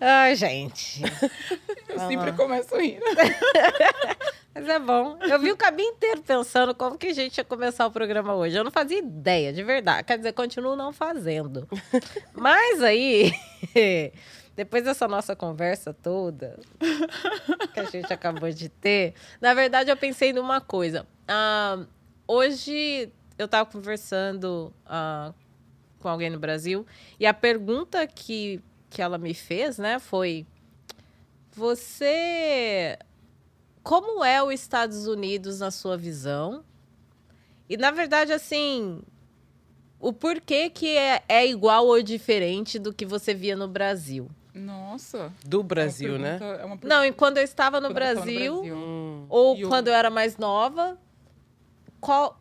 Ai, gente. Eu Vai sempre lá. começo rindo. Mas é bom. Eu vi o caminho inteiro pensando como que a gente ia começar o programa hoje. Eu não fazia ideia, de verdade. Quer dizer, continuo não fazendo. Mas aí, depois dessa nossa conversa toda que a gente acabou de ter, na verdade eu pensei numa coisa. Ah, hoje eu estava conversando ah, com alguém no Brasil e a pergunta que, que ela me fez, né, foi: Você como é os Estados Unidos na sua visão? E na verdade, assim, o porquê que é, é igual ou diferente do que você via no Brasil? Nossa. É Do Brasil, né? Não, e quando eu estava no, Brasil, Hum. ou E o- quando eu era mais nova, qual,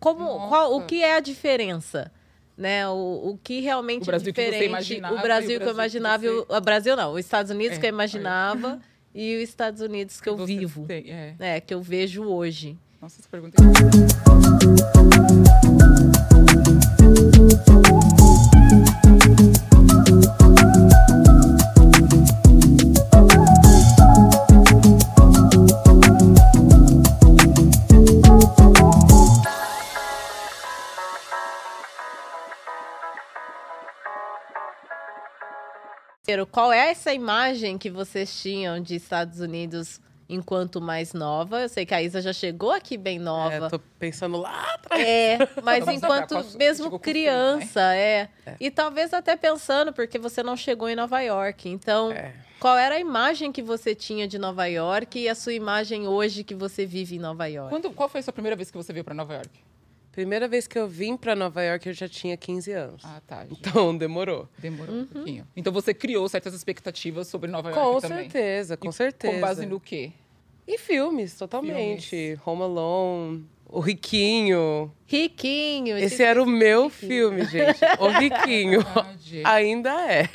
como, Nossa. qual, o que é a diferença? Né, o, o que realmente O Brasil é que você diferente? imaginava e o Brasil o que eu Brasil que imaginava, e o o Brasil não, os Estados Unidos É, que eu olha. imaginava e os Estados Unidos que eu vivo, é. né, que eu vejo hoje. Nossa, essa pergunta é... Primeiro, qual é essa imagem que vocês tinham de Estados Unidos enquanto mais nova? Eu sei que a Isa já chegou aqui bem É, nova. tô pensando lá atrás. É, mas Vamos enquanto lembrar qual- mesmo chegou com criança, é. E talvez até pensando, porque você não chegou em Nova York. Então, É. qual era a imagem que você tinha de Nova York e a sua imagem hoje que você vive em Nova York? Quando, qual foi a sua primeira vez que você veio pra Nova York? Primeira vez que eu vim pra Nova York, eu já tinha 15 anos. Ah, tá. já Então, demorou. Demorou Uhum. um pouquinho. Então você criou certas expectativas sobre Nova Com York também. certeza, com E certeza. Com base no quê? E filmes, totalmente. Home Alone, O Riquinho. Riquinho, Esse era o meu filme, gente. O Riquinho. Verdade. Ainda é.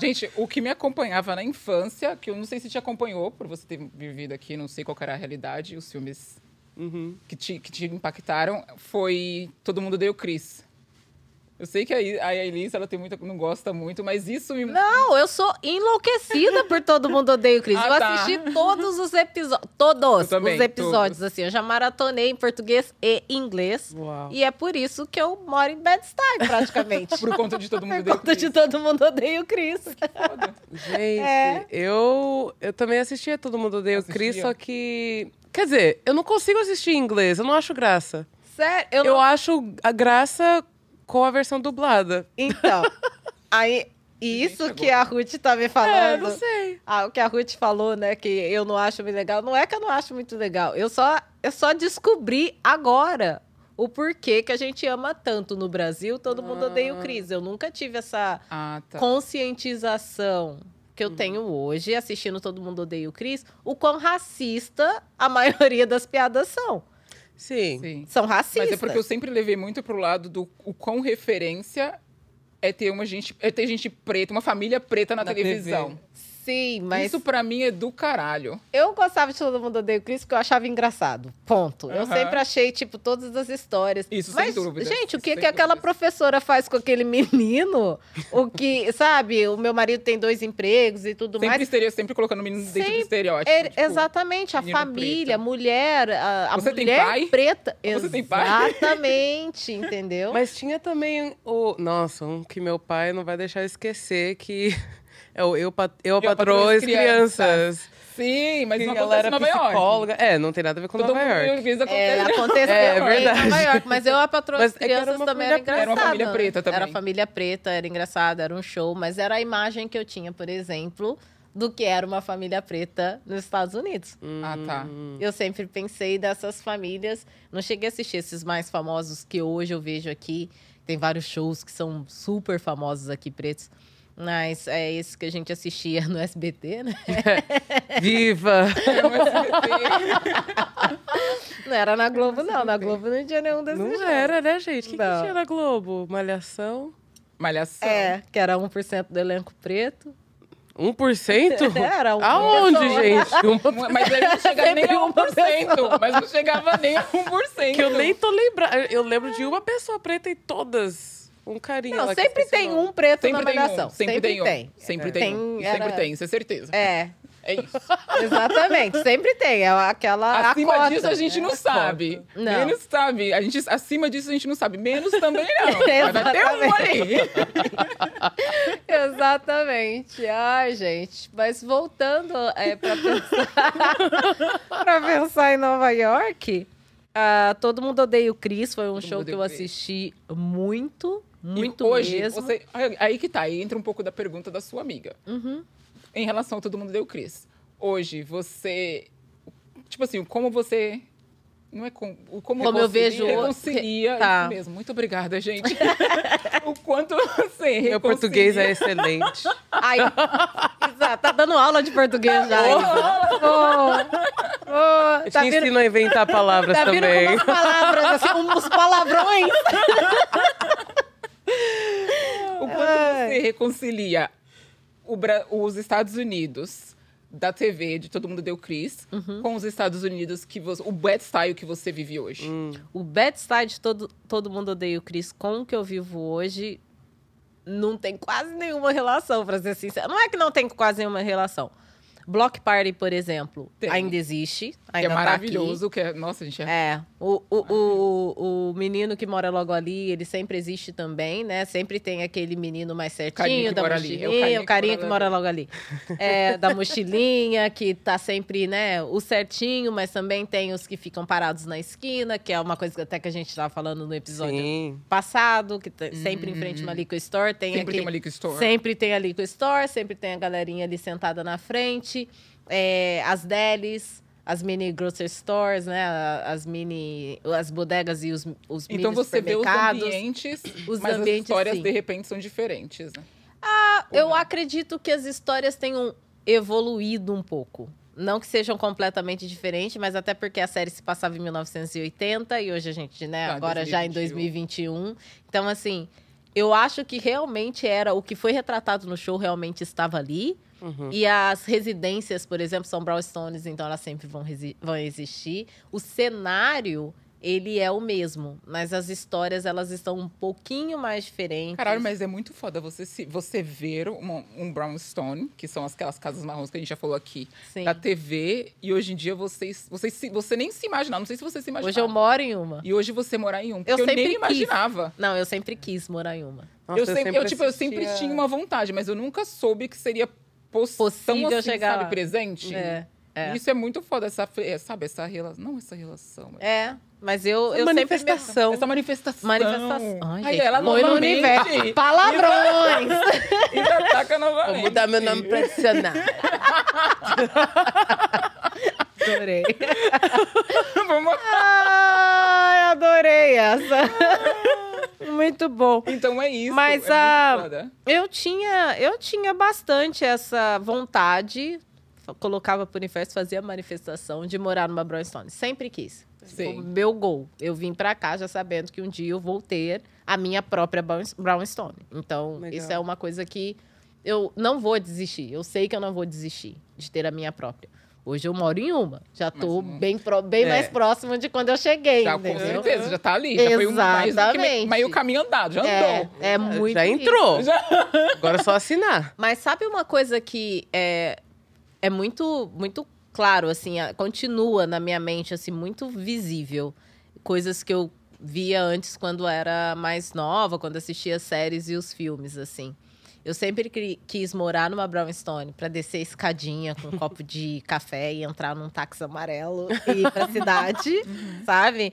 Gente, o que me acompanhava na infância, que eu não sei se te acompanhou, por você ter vivido aqui, não sei qual que era a realidade, os filmes Uhum. que te, que te impactaram, foi Todo Mundo Deu Cris. Eu sei que a, I- a Elis, ela tem muita, não gosta muito, mas isso me... Não, eu sou enlouquecida por todo mundo odeio o Cris. Ah, eu tá. assisti todos os episódios, todos Eu também, os episódios todos. assim, eu já maratonei em português e inglês. Uau. E é por isso que eu moro em Bed-Stuy praticamente. Por conta de Todo Mundo por Deu conta Cris. de todo mundo odeio o Cris. Foda. Gente, É. eu, eu também assistia Todo Mundo Odeia o Cris, Assistia? só que... Quer dizer, eu não consigo assistir em inglês, eu não acho graça. Sério, eu, Eu, não... acho a graça com a versão dublada. Então, aí isso Gente, que a Ruth tá me É, falando. não sei. Ah, o que a Ruth falou, né, que eu não acho muito legal. Não é que eu não acho muito legal. Eu só, eu só descobri agora o porquê que a gente ama tanto no Brasil. Todo mundo Ah. odeia o Cris. Eu nunca tive essa Ah, tá. conscientização que Hum. eu tenho hoje, assistindo Todo Mundo Odeia o Cris, o quão racista a maioria das piadas são. Sim. Sim. São racistas. Mas é porque eu sempre levei muito pro lado do o quão referência é ter uma gente, é ter gente preta, uma família preta na, Na televisão. Sim, mas... Isso pra mim é do caralho. Eu gostava de Todo Mundo Odeia o Chris porque eu achava engraçado. Ponto. Eu Aham. sempre achei, tipo, todas as histórias. Isso, Mas, sem dúvida. Gente, o Isso, que, sem que aquela dúvidas. professora faz com aquele menino? O que, sabe? O meu marido tem dois empregos e tudo Sempre, mais. estere- sempre colocando o menino dentro do Sempre- estereótipo. É, tipo, exatamente, a menino família, a mulher, a, a Você tem mulher pai? preta. Você tem pai? Exatamente, Então? entendeu? Mas tinha também o. Nossa, um que meu pai não vai deixar eu esquecer que é o Eu, Pat- eu, Patroa e as Crianças. Sim, mas Que não a acontece galera em Nova York. psicóloga. É, não tem nada a ver com Todo Nova mundo York. às vezes É, acontece. acontece É, também verdade. em Nova York, mas eu a patroa Mas das é que era crianças uma também era família preta. engraçada. Era uma família preta também. Era família preta, era engraçado, era um show, mas era a imagem que eu tinha, por exemplo, do que era uma família preta nos Estados Unidos. Hum. Ah, tá. Eu sempre pensei dessas famílias. Não cheguei a assistir esses mais famosos que hoje eu vejo aqui. Tem vários shows que são super famosos aqui, pretos. Mas é esse que a gente assistia no SBT, né? Viva! No SBT. Não era na Globo, não. Na Globo não tinha nenhum desses Não shows. era, né, gente? O que, que Não. tinha na Globo? Malhação? Malhação. É, que era 1% do elenco preto. 1%? Era um uma Aonde, pessoa. gente? Uma... Mas ele não chegava nem Sempre a uma 1%. Mas não chegava nem um a 1%. Que eu nem tô lembrando. Eu lembro de uma pessoa preta em todas. um carinha Não, lá que sempre esqueci o tem nome. um preto Sempre na tem malhação. um. Sempre, tem um. Sempre tem, Tem, um. né? E Sempre era- tem, isso é certeza. É, É isso. exatamente. sempre tem. É aquela. Acima a cota, disso a gente né? não sabe. Não. Menos sabe. A gente, acima disso a gente não sabe. Menos também não. Mas vai ter um ali. Exatamente. Ai, gente. Mas voltando é, para pensar, pra pensar em Nova York, ah, Todo Mundo Odeia o Chris foi um Mundo show que Odeia eu o Chris. assisti muito, muito E hoje, mesmo. você- aí- aí que tá, aí entra um pouco da pergunta da sua amiga. Uhum. Em relação a todo mundo deu Cris. Hoje, você. Tipo assim, como você. Não é com, o como, Como eu reconcilia- vejo o- Reconcilia, tá. isso mesmo. Muito obrigada, gente. o quanto você reconcilia. Meu português é excelente. Ai, Isa, tá dando aula de português já. Isa. Ô, ô, tá Eu te vindo- ensino a inventar palavras Tá vindo também. com umas palavras, assim, uns palavrões. O quanto Ai. você reconcilia o Bra- os Estados Unidos da TV, de Todo Mundo Deu Cris, Uhum. com os Estados Unidos, que você, o bad style que você vive hoje. Hum. O bedside de todo, todo mundo odeia o Chris com o que eu vivo hoje não tem quase nenhuma relação, pra ser sincero. Não é que não tem quase nenhuma relação. Block Party, por exemplo, Tem. ainda existe. Que Ainda é tá maravilhoso, que é. Nossa, gente, é aqui. É. O, o, o, o menino que mora logo ali, ele sempre existe também, né? Sempre tem aquele menino mais Carinha certinho, que da mora ali, é o mochilinha, carinha o carinha que mora logo ali. É, da mochilinha, que tá sempre, né, o certinho, mas também tem os que ficam parados na esquina, que é uma coisa que até que a gente tava falando no episódio Sim. passado, que tá sempre em frente uma liquor store, tem Uhum. Sempre tem aquele- uma liquor store. Sempre tem a liquor store, sempre tem a galerinha ali sentada na frente, é, as delis, as mini grocery stores, né, a- as mini, as bodegas e os, os mini Então você vê os supermercados. ambientes, os mas as ambientes, histórias sim. de repente são diferentes. né? Ah, eu acredito que as histórias tenham evoluído um pouco. Não que sejam completamente diferentes, mas até porque a série se passava em 1980 e hoje a gente, né, Tá, agora já em 2021. 2021. Então, assim, eu acho que realmente era o que foi retratado no show realmente estava ali. Uhum. E as residências, por exemplo, são brownstones, então elas sempre vão, resi- vão existir. O cenário, ele é o mesmo, mas as histórias, elas estão um pouquinho mais diferentes. Caralho, mas é muito foda você, se, você ver uma- um brownstone, que são aquelas casas marrons que a gente já falou aqui, Sim. da TV, e hoje em dia vocês, vocês se- você nem se imaginar, não sei se você se imaginava. Hoje eu moro em uma. E hoje você morar em um, porque eu, sempre nem quis. imaginava. Não, eu sempre quis morar em uma. Nossa, eu, sempre, eu, tipo, eu sempre assistia- tinha uma vontade, mas eu nunca soube que seria poss Possível tão assim, chegar sabe, lá. presente. É, é. Isso é muito foda, essa, fe- é, sabe, essa relação, não essa relação, mas é mas eu, Essa eu sempre... me- manifestação. Essa manifestação. Manifestação. Ai, Aí gente, ela põe no novamente universo. Palavrões! E ataca Vou novamente. mudar meu nome pra dicionário. adorei. Vamos- Ai, adorei essa. Muito bom. Então é isso. Mas é a- muito foda. Eu tinha, eu tinha bastante essa vontade, f- colocava pro universo, fazia a manifestação de morar numa brownstone. Sempre quis. Sim. O meu gol. Eu vim pra cá já sabendo que um dia eu vou ter a minha própria brown- brownstone. Então, Legal. isso é uma coisa que eu não vou desistir. Eu sei que eu não vou desistir de ter a minha própria. Hoje eu moro em uma. Já Mas tô não- bem, pro- bem É. mais próximo de quando eu cheguei, Já, com entendeu? certeza, já tá ali. Já foi um mais do que me- Exatamente. meio caminho andado, já É, andou. é muito Já isso. entrou. Já- Agora é só assinar. Mas sabe uma coisa que é, é muito, muito claro, assim, a- continua na minha mente, assim, muito visível. Coisas que eu via antes quando era mais nova, quando assistia as séries e os filmes, assim. Eu sempre cri- quis morar numa brownstone pra descer a escadinha com um copo de café e entrar num táxi amarelo e ir pra cidade, Uhum. sabe?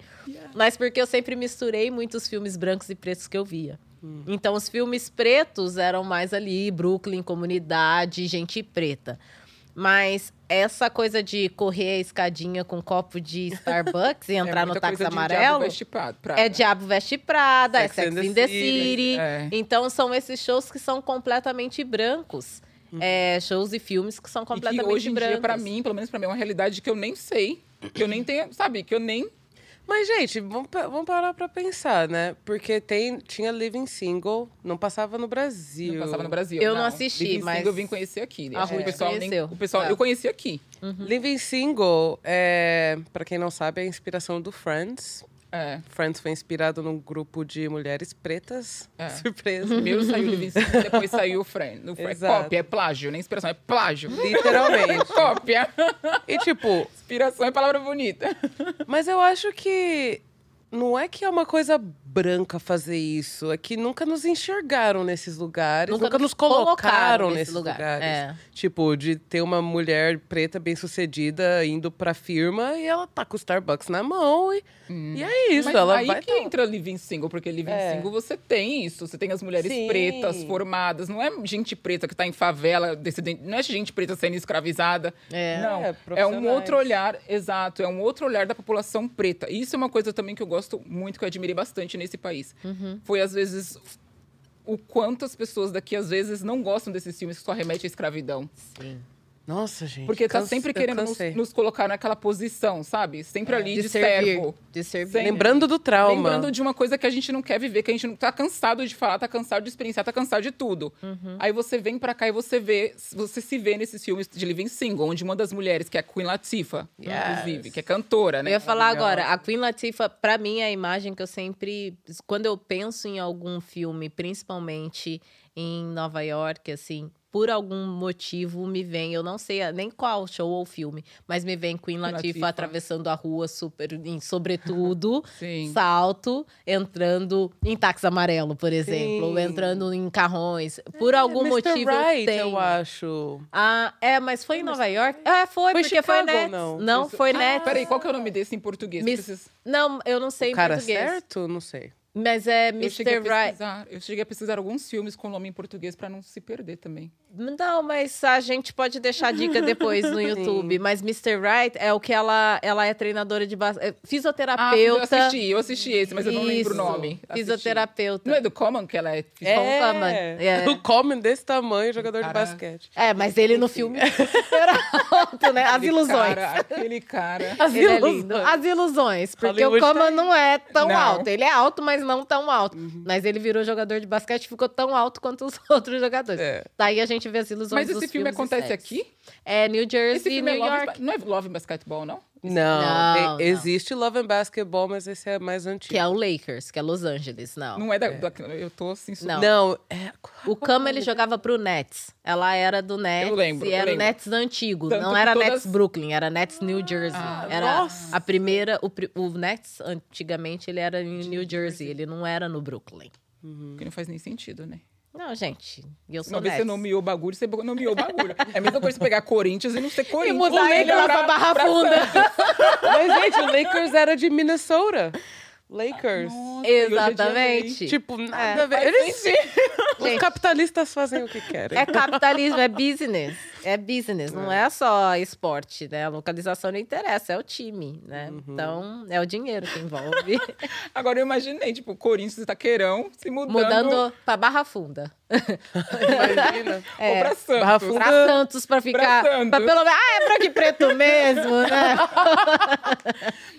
Mas porque eu sempre misturei muitos filmes brancos e pretos que eu via. Hum. Então, os filmes pretos eram mais ali, Brooklyn, comunidade, gente preta. Mas essa coisa de correr a escadinha com um copo de Starbucks e entrar É no muita táxi coisa de amarelo Diabo Veste Pra- Prada. é Diabo Veste Prada, Sex é Sex in the City. É. Então, são esses shows que são completamente brancos. É, shows e filmes que são Uhum. E que completamente hoje em brancos. dia, pra mim, pelo menos pra mim, é uma realidade que eu nem sei. Que eu nem tenho, sabe? Que eu nem... Mas, gente, vamos, pa- vamos parar pra pensar, né? Porque tem, tinha Living Single, não passava no Brasil. Não passava no Brasil, Eu não assisti, Living mas- Single Eu vim conhecer aqui. né? A Acho que Ruth o pessoal nem- conheceu. o pessoal... É. Eu conheci aqui. Uhum. Living Single, é, pra quem não sabe, é a inspiração do Friends. É. É. Uhum. Friends foi inspirado num grupo de mulheres pretas. É. Surpresa. Primeiro saiu o Livingston, depois saiu o Friend. No Friend. Exato. Cópia, é plágio, nem inspiração, é plágio. É Literalmente. cópia. E tipo, Inspiração é palavra bonita. mas eu acho que não é que é uma coisa branca fazer isso, é que nunca nos enxergaram nesses lugares, Nunca nunca, nos nos colocaram colocaram, nesse nesses lugar, lugares. é. Tipo, de ter uma mulher preta bem-sucedida indo pra firma e ela tá com o Starbucks na mão e, Hum. e é isso, Mas ela aí vai que entra Living Single, porque Living É. Single você tem isso. Você tem as mulheres Sim. pretas formadas. Não é gente preta que tá em favela, descendente. Não é gente preta sendo escravizada. É. Não. É, É, um profissionais. outro olhar, exato. É um outro olhar da população preta. Isso é uma coisa também que eu gosto muito, que eu admirei bastante nesse país. Uhum. Foi, às vezes, o quanto as pessoas daqui, às vezes, não gostam desses filmes que só remete à escravidão. Sim. Nossa, gente. Porque tá canse- sempre eu querendo nos, cansei. É, nos colocar naquela posição, sabe? Sempre ali de, servir, servo. De servir. Sem- Lembrando do trauma. Lembrando de uma coisa que a gente não quer viver, que a gente não tá cansado de falar, tá cansado de experienciar, tá cansado de tudo. Uhum. Aí você vem pra cá e você vê, você se vê nesses filmes de Living Single, onde uma das mulheres, que é a Queen Latifah, Yes. inclusive, que é cantora, Eu né? ia falar Maravilhosa. agora, a Queen Latifah, pra mim, é a imagem que eu sempre. Quando eu penso em algum filme, principalmente em Nova York, assim, por algum motivo me vem, eu não sei nem qual show ou filme, mas me vem Queen Latifah, Latifah. atravessando a rua super, em sobretudo, Sim. salto, entrando em táxi amarelo, por exemplo, ou Sim. entrando em carrões. Por algum Mr. motivo eu Right, tenho. eu acho. Ah, é, mas foi em Nova York? Ah, foi, Foi porque foi Chicago, Nets. não? Ah, não, foi Nets. Peraí, qual que é o nome desse em português? Miss- Preciso- Não, eu não sei O cara em português. certo? Não sei. Mas é Eu cheguei, Mr. a Right. pesquisar, eu cheguei a pesquisar alguns filmes com nome em português pra não se perder também. Não, mas a gente pode deixar a dica depois no YouTube. Mas Mr. Right é o que ela, ela é treinadora de bas... é eu fisioterapeuta. Ah, assisti, eu assisti esse, mas eu não lembro Isso, o nome. Assisti. Fisioterapeuta. Não é do Common que ela é? É. Coleman, é. O Coleman desse tamanho, jogador Caraca. de basquete. É, mas ele no filme é super alto, né? As Aquele ilusões. Cara, aquele cara. As Ele é ilusões. lindo. As ilusões, porque Hollywood o Coman tá aí. não é tão Não. alto. Ele é alto, mas não tão alto. Mas ele virou jogador de basquete e ficou tão alto quanto os outros jogadores. É. Daí a gente vê as ilusões Mas dos esse filme filmes e acontece séries. aqui? É New Esse Jersey e filme é New Love, York. Ba- não é Love and Basketball, não? Não, Não, e- não. existe Love and Basketball, mas esse é mais antigo. Que é o Lakers, que é Los Angeles, não. Não é da. da- eu tô assim. su- Não. Não, é... O Kama ele jogava pro Nets. Ela era do Nets. Eu lembro, E eu era o lembro. Nets antigo. Tanto não que era todas- Ah, Nets Brooklyn, era Nets New Jersey. era nossa! a primeira. O, pri- o Nets, antigamente, ele era em New Jersey. Ele não era no Brooklyn. Que não faz nem sentido, né? Não, gente. E eu sou Uma vez Nets. você nomeou o bagulho, você nomeou o bagulho. É a mesma coisa de pegar Corinthians e não ser Corinthians. é mudar O ele lá pra Barra Funda. Santos. Mas, gente, o Lakers era de Minnesota. Lakers. Nossa, e hoje é dia Exatamente. Tipo, nada a ver. Eles, é. Gente. os capitalistas fazem o que querem. É capitalismo, é business. É business, não é só esporte, né? A localização não interessa, é o time, né? Então, é o dinheiro que envolve. lei. Agora eu imaginei, tipo, Corinthians e Taquerão se mudando. Mudando pra Barra Funda. Imagina. Ou pra Santos. Barra Funda. é. Pra Santos, pra ficar. Santos. Pra pelo menos. Ah, é pra de preto mesmo, né?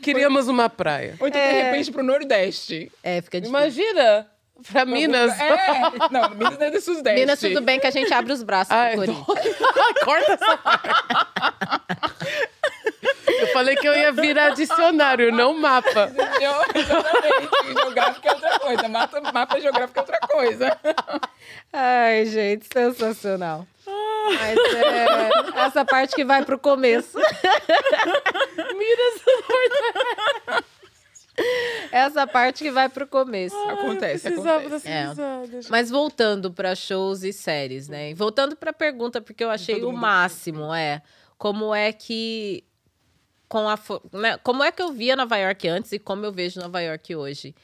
Queríamos uma praia. Ou então, de repente, pro Nordeste. É, fica difícil. Imagina, pra Minas. É. Não, Minas não é do Sudeste. Minas, tudo bem que a gente abre os braços Ai, pro Corinthians. nossa. Corta essa parte. Eu falei que eu ia virar dicionário, não mapa. Eu, é exatamente. Geográfica é outra coisa. Mapa, mapa geográfico é outra coisa. Ai, gente, sensacional. Mas é essa parte que vai pro começo. Minas. Essa parte que vai pro começo. Acontece, Precisava acontece. dessa É. risada. Mas voltando pra shows e séries, né? E Voltando pra pergunta, porque eu achei Todo o mundo. máximo, é. Como é que. Com a, fo- né, Como é que eu via Nova York antes e como eu vejo Nova York hoje?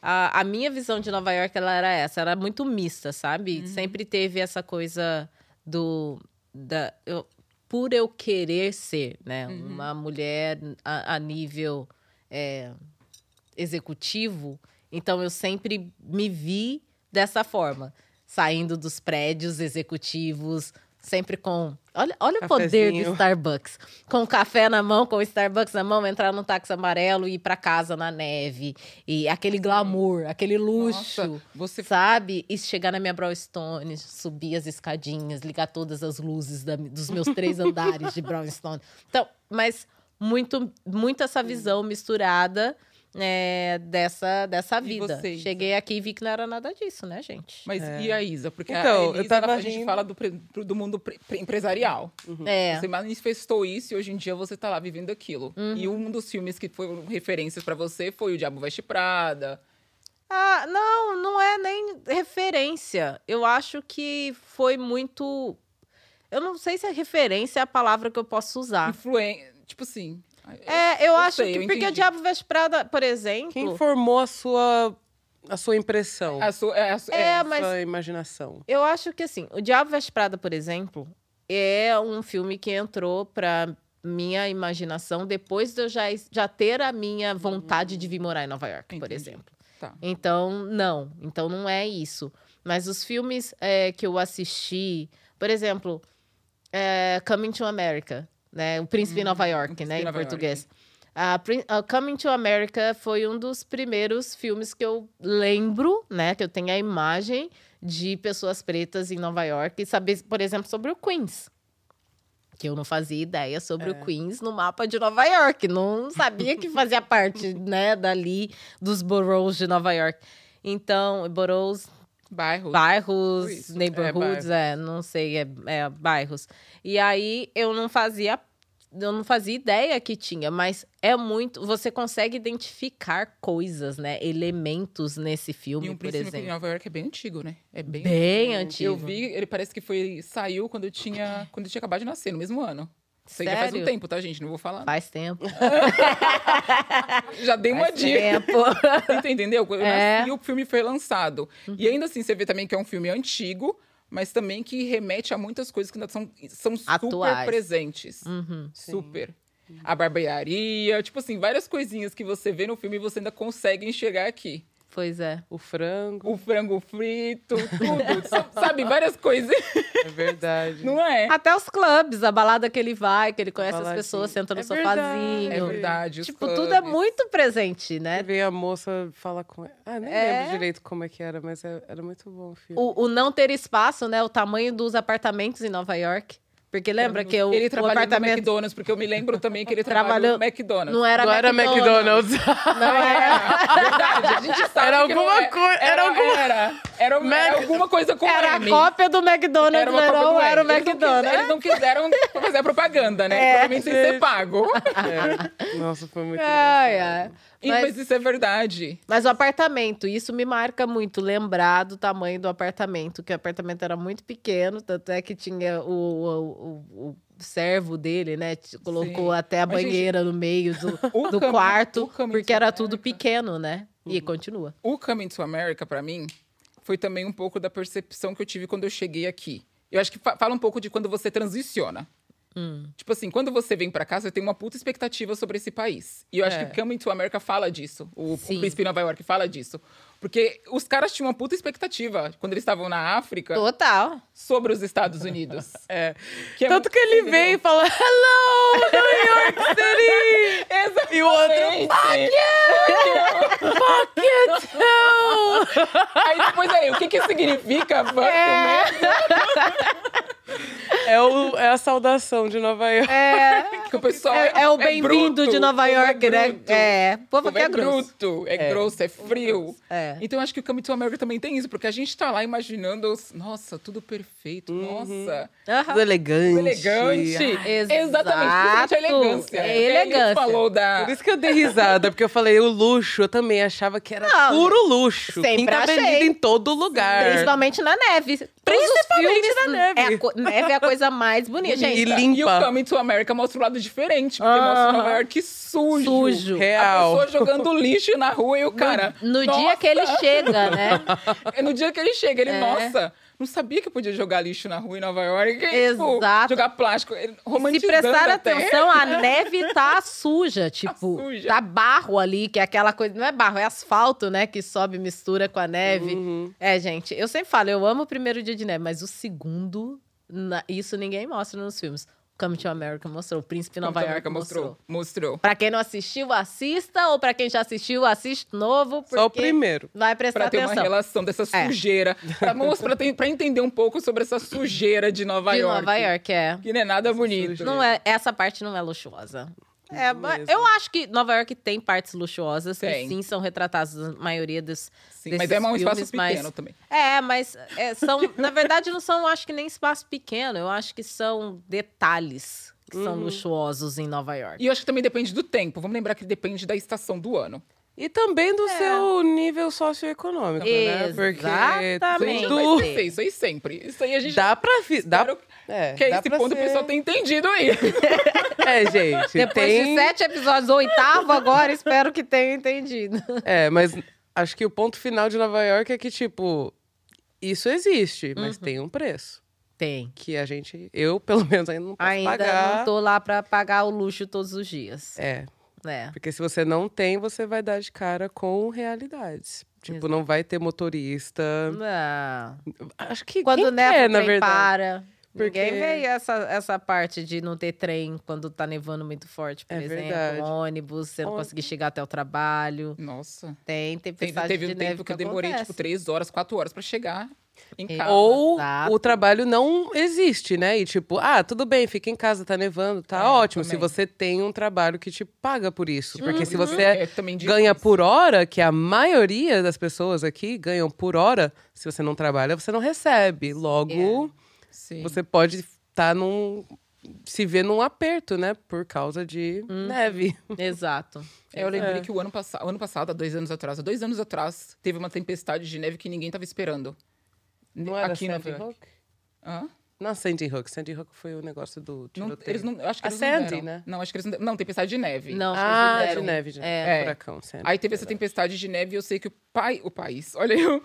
A, a minha visão de Nova York ela era essa, era muito mista, sabe? Uhum. Sempre teve essa coisa do. Da, eu- por eu querer ser, né? Uma mulher a, a nível. é, executivo, então eu sempre me vi dessa forma, saindo dos prédios executivos, sempre com. Olha, olha o poder do Cafezinho. Starbucks. Com o café na mão, com o Starbucks na mão, entrar num táxi amarelo e ir pra casa na neve. E aquele glamour, aquele luxo. Nossa, você Sabe? E chegar na minha brownstone, subir as escadinhas, ligar todas as luzes da- dos meus três andares de brownstone. Então, mas muito, muito essa visão misturada é, dessa, dessa vida. você, Isa? Cheguei aqui e vi que não era nada disso, né, gente? Mas e a Isa? Porque Então, a, eu Elisa, tava ela- a gente rindo. fala do, pre- pro- do mundo pre- pre- empresarial. É. Uhum. Uhum. Você manifestou isso e hoje em dia você tá lá vivendo aquilo. E um dos filmes que foram referências pra você foi O Diabo Veste Prada. Ah, não, não é nem referência. Eu acho que foi muito. Eu não sei se é referência é a palavra que eu posso usar. Influen... Tipo assim. Tá. É, eu, eu acho sei, que. eu porque o entendi. Diabo Veste Prada, por exemplo. Quem formou a sua, a sua impressão, A sua, é, a sua- é, É, a mas sua imaginação? eu acho que assim, o Diabo Veste Prada, por exemplo, é um filme que entrou pra minha imaginação depois de eu já, já ter a minha vontade de vir morar em Nova York, por Entendi. exemplo. Tá. Então, não. Então, não é isso. Mas os filmes é, que eu assisti, por exemplo, é, Coming to America, né? O Príncipe em Nova York, Hum, Príncipe né? em Em Nova York. português. A, Prin- a Coming to America foi um dos primeiros filmes que eu lembro, né? Que eu tenho a imagem de pessoas pretas em Nova York e saber, por exemplo, sobre o Queens. Que eu não fazia ideia sobre É. o Queens no mapa de Nova York. Não sabia que fazia parte, né, dali dos boroughs de Nova York. Então, boroughs, bairro. bairros, Isso, é, neighborhoods, é, não sei, é, é, bairros. E aí eu não fazia eu não fazia ideia que tinha, mas é muito, você consegue identificar coisas, né, elementos nesse filme, E um por príncipe em exemplo. Nova York é bem antigo, né? É bem, Bem antigo. Eu vi, ele parece que foi saiu quando eu tinha, quando eu tinha acabado de nascer, no mesmo ano. Isso aí já faz um Sério? tempo, tá, gente? Não vou falar. Faz tempo. Já dei uma faz dica. tempo. Você entendeu? É. Eu Uhum. nasci, o filme foi lançado. E ainda assim, você vê também que é um filme antigo, mas também que remete a muitas coisas que ainda são, são super Atuais. presentes. Uhum. Super. A barbearia, tipo assim, várias coisinhas que você vê no filme e você ainda consegue enxergar aqui. Pois é. O frango, O frango frito, tudo. sa- sabe, várias coisas. é verdade. Não é? Até os clubes, a balada que ele vai, que ele conhece as Baladinha. pessoas, senta no É sofazinho. É verdade. os Tipo, tudo é clubes. muito presente, né? Aí vem a moça fala com ela. Ah, nem É. lembro direito como é que era, mas é- era muito bom o filme. O, o não ter espaço, né? O tamanho dos apartamentos em Nova York. Porque lembra que o, Ele o trabalhou no apartamento McDonald's, porque eu me lembro também que ele Trabalhou- trabalhou no McDonald's. não era Não era McDonald's. Não era. Verdade, a gente sabe Era que alguma não é- coi- era alguma- Era, era, um- era Mac- alguma coisa com Era a M. cópia do McDonald's, Era uma mas cópia não do era o M. Eles não quiseram- McDonald's. Eles não quiseram fazer a propaganda, né? É. Provavelmente sem ser Gente. pago. É. Nossa, foi muito Ai, engraçado. ai. E- Mas- Mas... isso é verdade. Mas o apartamento, isso me marca muito, lembrar do tamanho do apartamento, que o apartamento era muito pequeno, tanto é que tinha o, o, o- o servo dele, né? t- Colocou Sim. até a Mas, gente, banheira no meio do, o do Camin- quarto, o é Camin- porque era tudo pequeno, né? E Uhum. continua. O Coming to America, pra mim, foi também um pouco da percepção que eu tive quando eu cheguei aqui. Eu acho que fa- fala um pouco de quando você transiciona. Hum. Tipo assim, quando você vem pra cá, você tem uma puta expectativa sobre esse país. E eu acho É. que Coming to America fala disso. O, o Sim. Príncipe de Nova York fala disso. Porque os caras tinham uma puta expectativa quando eles estavam na África Total. sobre os Estados Unidos. É. Que é Tanto muito- que ele entendeu? veio e fala, hello, New York City! e o outro, Exatamente. Aí depois aí, o que que significa fuck É. you, né? é, o, é a saudação de Nova York. É, Que o pessoal é, é o bem-vindo Então bruto, de Nova o povo York, é né? bruto, É, o o povo povo que é é grosso. bruto, é, grosso, é frio. É. Então eu acho que o Coming to America também tem isso, porque a gente tá lá imaginando, os- nossa, tudo perfeito, Uhum. nossa, Aham. Tudo elegante. elegante. Ah, Exatamente, Exato. isso é elegância. É Porque aí elegância. Ele falou da... Por isso que eu dei risada, porque eu falei, o luxo, eu também achava que era Não, puro luxo. sempre Quinta achei. Avenida em todo lugar. Principalmente na neve. Todos os Principalmente filmes, na neve. É a co- neve é a coisa mais bonita, E gente. E o limpa. Coming to America mostra o lado diferente, porque Aham. mostra Nova York sujo. Sujo. Real. A pessoa jogando lixo na rua e o cara. No dia que ele "Nossa!" chega, né? É no dia que ele chega, ele, É. nossa, não sabia que podia jogar lixo na rua em Nova York. E, tipo, Exato. jogar plástico. Ele Se Romantizando prestar até. atenção, a neve tá suja, tipo, tá, suja. barro ali, que é aquela coisa, não é barro, é asfalto, né, que sobe, mistura com a neve. Uhum. É, gente, eu sempre falo, eu amo o primeiro dia de neve, mas o segundo, na- isso ninguém mostra nos filmes. Come to America mostrou, o Príncipe Nova Nova York mostrou. mostrou. Mostrou. Pra quem não assistiu, assista, ou pra quem já assistiu, assiste novo, porque Só o primeiro. vai prestar Pra ter uma atenção. relação dessa É. sujeira. Pra, mostrar, pra, ter- pra entender um pouco sobre essa sujeira de Nova de York. Nova York, é. Que não é nada bonito. sujeira. Não é, essa parte não é luxuosa. É, mas eu acho que Nova York tem partes luxuosas Tem. que sim são retratadas na maioria dos. Sim, desses mas é um filmes, espaço mas- pequeno também. É, mas é, são. na verdade, não são, acho que nem espaço pequeno. Eu acho que são detalhes que são Uhum. luxuosos em Nova York. E eu acho que também depende do tempo. Vamos lembrar que depende da estação do ano. E também do É. seu nível socioeconômico, né? Exatamente. Porque Gente, mas tudo vai ser isso aí sempre. Isso aí a gente. dá pra... fi- Dá, Espero é, que dá esse pra ponto o ser- pessoal tem entendido aí. É, gente, Depois tem... de sete episódios, o oitavo agora, espero que tenha entendido. É, mas acho que o ponto final de Nova York é que, tipo, isso existe, mas tem um preço. Tem. Que a gente, eu pelo menos ainda não posso Ainda pagar. não tô lá pra pagar o luxo todos os dias. É, né? porque se você não tem, você vai dar de cara com realidades. Tipo, não vai ter motorista. Não. Acho que Quando quem neva, quer, o na trem verdade. para. Ninguém Porque- vê essa, essa parte de não ter trem quando tá nevando muito forte, por É exemplo. verdade. Ônibus, você não Ônibus. conseguir chegar até o trabalho. Nossa. Tem, tem Teve, tempestade teve de um neve tempo que eu demorei, acontece. tipo, três horas, quatro horas pra chegar em É. casa. Ou Exato. o trabalho não existe, né? E tipo, ah, tudo bem, fica em casa, tá nevando, tá É, ótimo. Se também. você tem um trabalho que te paga por isso. Porque se Uhum. você É, também difícil. ganha por hora, que a maioria das pessoas aqui ganham por hora, se você não trabalha, você não recebe. Logo, É, Sim. você pode estar num. se ver num aperto, né? Por causa de Uhum. neve. Exato. É, eu lembrei É. que o ano, passa... o ano passado, há dois anos atrás, há dois anos atrás, teve uma tempestade de neve que ninguém tava esperando. Não era Aqui em Nova Sandy York. Hook? Hã? Não, Sandy Hook. Sandy Hook foi o negócio do Não, tiroteio. eles não, eu acho que A eles Sandy, não deram. né? Não, acho que eles não deram. Não, tempestade de neve. Não, Ah, acho que de eles deram. neve, de neve. É. É. Furacão, Sandy. Aí teve essa tempestade de neve e eu sei que o pai, o país, olha eu,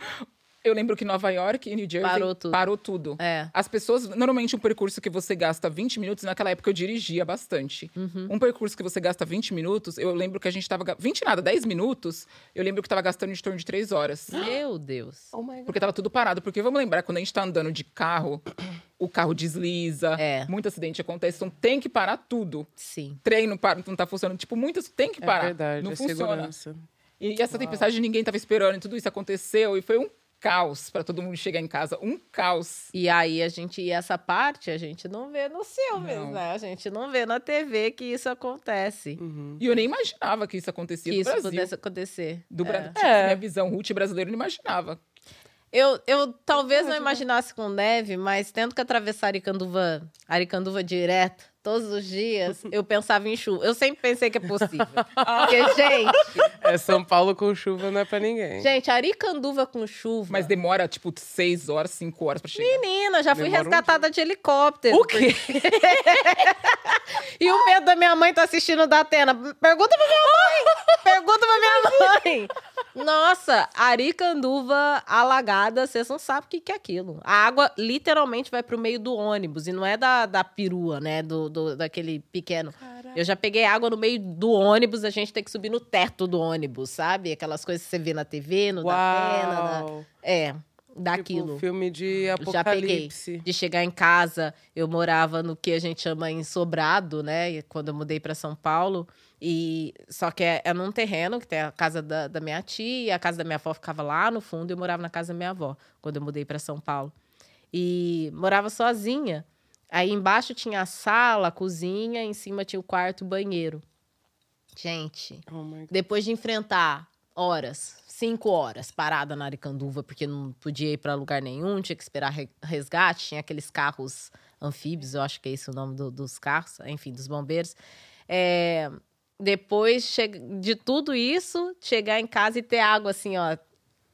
eu lembro que Nova York e New Jersey Parou tudo. parou tudo. É. As pessoas, normalmente um percurso que você gasta 20 minutos, naquela época eu dirigia bastante. Um percurso que você gasta 20 minutos, eu lembro que a gente tava, ga- 20 nada, 10 minutos, eu lembro que tava gastando em torno de 3 horas. Meu Deus. Oh my God. Porque tava tudo parado. Porque vamos lembrar, quando a gente tá andando de carro, o carro desliza, É. muito acidente acontece, então tem que parar tudo. Sim. Treino para, não tá funcionando. Tipo, muitas tem que É parar. verdade, não é funciona. segurança. E essa tempestade ninguém tava esperando, e tudo isso aconteceu, e foi um caos pra todo mundo chegar em casa. Um caos. E aí a gente, e essa parte a gente não vê nos filmes, Não. né? A gente não vê na TV que isso acontece. Uhum. E eu nem imaginava que isso acontecia Que no isso Brasil. pudesse acontecer. Do É. Brasil. É. Minha visão root brasileira eu não imaginava. Eu, eu talvez não imagino. imaginasse com neve, mas tendo que atravessar Aricanduva, Aricanduva direto, todos os dias, eu pensava em chuva. Eu sempre pensei que é possível. Porque, gente, É, São Paulo com chuva não é pra ninguém. gente, Aricanduva com chuva. Mas demora, tipo, seis horas, cinco horas pra chegar. Menina, já fui Demora um resgatada de helicóptero. O quê? E o medo da minha mãe tá assistindo da Atena. Pergunta pra minha mãe! Pergunta pra minha mãe! Nossa, Aricanduva alagada, vocês não sabem o que, que é aquilo. A água literalmente vai pro meio do ônibus e não é da, da perua, né? Do, do- daquele pequeno. Eu já peguei água no meio do ônibus, a gente tem que subir no teto do ônibus, sabe? Aquelas coisas que você vê na TV, no da Atena. na- Uau! É, Tipo, daquilo. filme de Já peguei. apocalipse. De chegar em casa, eu morava no que a gente chama em Sobrado, né? E Quando eu mudei para São Paulo. E só que é, é num terreno que tem a casa da, da minha tia, a casa da minha avó ficava lá no fundo, e eu morava na casa da minha avó quando eu mudei para São Paulo. E morava sozinha. Aí embaixo tinha a sala, a cozinha, em cima tinha o quarto, e o banheiro. Gente, Oh my God. depois de enfrentar horas, cinco horas parada na Aricanduva, porque não podia ir para lugar nenhum, tinha que esperar re- resgate, tinha aqueles carros anfíbios, eu acho que é esse o nome do- dos carros, enfim, dos bombeiros. É, depois che- de tudo isso, chegar em casa e ter água assim, ó,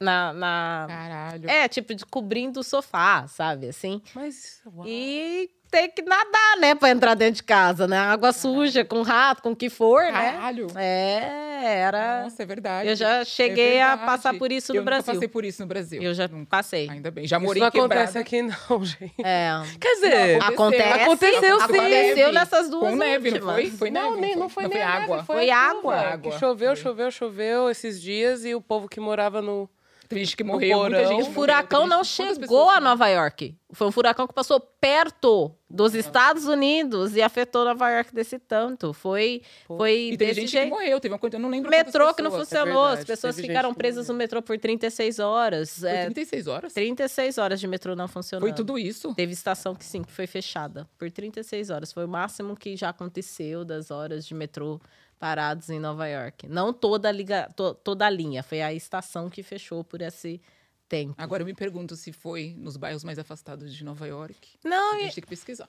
na. na... Caralho. É, tipo, de- cobrindo o sofá, sabe? Assim. Mas, uau. E ter que nadar, né, pra entrar dentro de casa, né? Água suja, com rato, com o que for, né? Caralho. É, era. Nossa, é verdade. Eu já cheguei É a verdade. passar por isso no eu nunca Brasil. passei por isso no Brasil. Eu já Nunca. passei. Ainda bem. Já Isso morei não quebrada. acontece aqui não, gente. É. Quer dizer, Não, Acontece. Aconteceu, sim. Aconteceu Neve. nessas duas Com neve, não últimas. foi? Foi neve? nem- água. Foi a água. chuva, Água. que choveu, Foi. choveu, choveu esses dias e o povo que morava no Teve gente que morreu, muita porão. gente O morreu, furacão teve não gente- quantas chegou pessoas- a Nova York. Foi um furacão que passou perto dos Ah. Estados Unidos e afetou Nova York desse tanto. Foi, foi E teve desse gente que jeito. morreu, teve uma coisa, eu não lembro quantas metrô que não pessoas. é funcionou, as verdade, pessoas teve ficaram gente que presas no metrô por 36 horas. Foi É, 36 horas? 36 horas de metrô não funcionando. Foi tudo isso? Teve estação que sim, que foi fechada por 36 horas. Foi o máximo que já aconteceu das horas de metrô parados em Nova York. Não toda a, liga, to- toda a linha, foi a estação que fechou por esse tempo. Agora eu me pergunto se foi nos bairros mais afastados de Nova York. Não, A e, gente tem que pesquisar.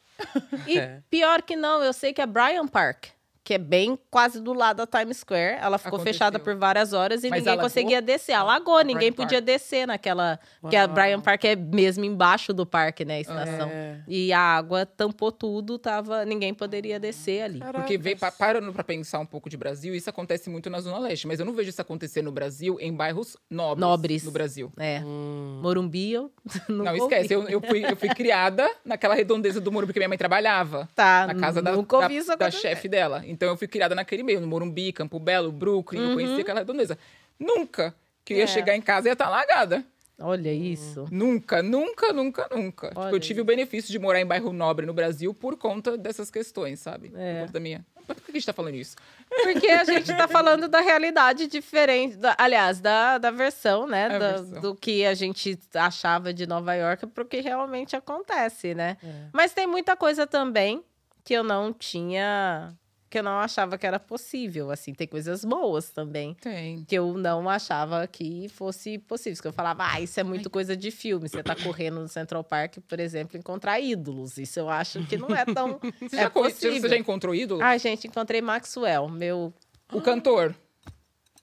e É. pior que não, eu sei que a Bryant Park, que é bem quase do lado da Times Square, ela ficou Aconteceu. fechada por várias horas e Mas ninguém alagou? conseguia descer. Alagou, A ninguém Bryant podia descer naquela. Porque a Uau. Bryant Park é mesmo embaixo do parque, né? A estação. É. E a água tampou tudo, tava, ninguém poderia descer ali. Porque vem, pa- parando para pensar um pouco de Brasil, isso acontece muito na Zona Leste, mas eu não vejo isso acontecer no Brasil em bairros nobres, Nobres. no Brasil. É. Hum. Morumbi, eu Não, nunca esquece, ouvi. eu, eu fui, eu fui criada naquela redondeza do Morumbi, porque minha mãe trabalhava. Tá, Na casa da, nunca da, ouvi isso da acontecer. chefe dela. Então eu fui criada naquele meio, no Morumbi, Campo Belo, Brooklyn, eu conhecia aquela redondeza. Nunca que eu ia Uhum. É. chegar em casa e ia estar largada. Hum. Olha isso. Nunca, nunca, nunca, nunca. Tipo, Olha eu tive o benefício de morar em bairro nobre no Brasil por conta dessas questões, sabe? É. Por conta da minha. Mas por que a gente tá falando isso? Porque a gente tá falando da realidade diferente, da- aliás, da, da versão, né? É a da- versão. Do que a gente achava de Nova York pro que realmente acontece, né? É. Mas tem muita coisa também que eu não tinha. que eu não achava que era possível. Assim, tem coisas boas também. Tem. que eu não achava que fosse possível. Que eu falava, ah, isso é muito coisa de filme. Você tá correndo no Central Park, por exemplo, encontrar ídolos. Isso eu acho que não é tão. Você, é já, conhe- possível. você já encontrou ídolo? Ai, gente, encontrei Maxwell, meu. O cantor?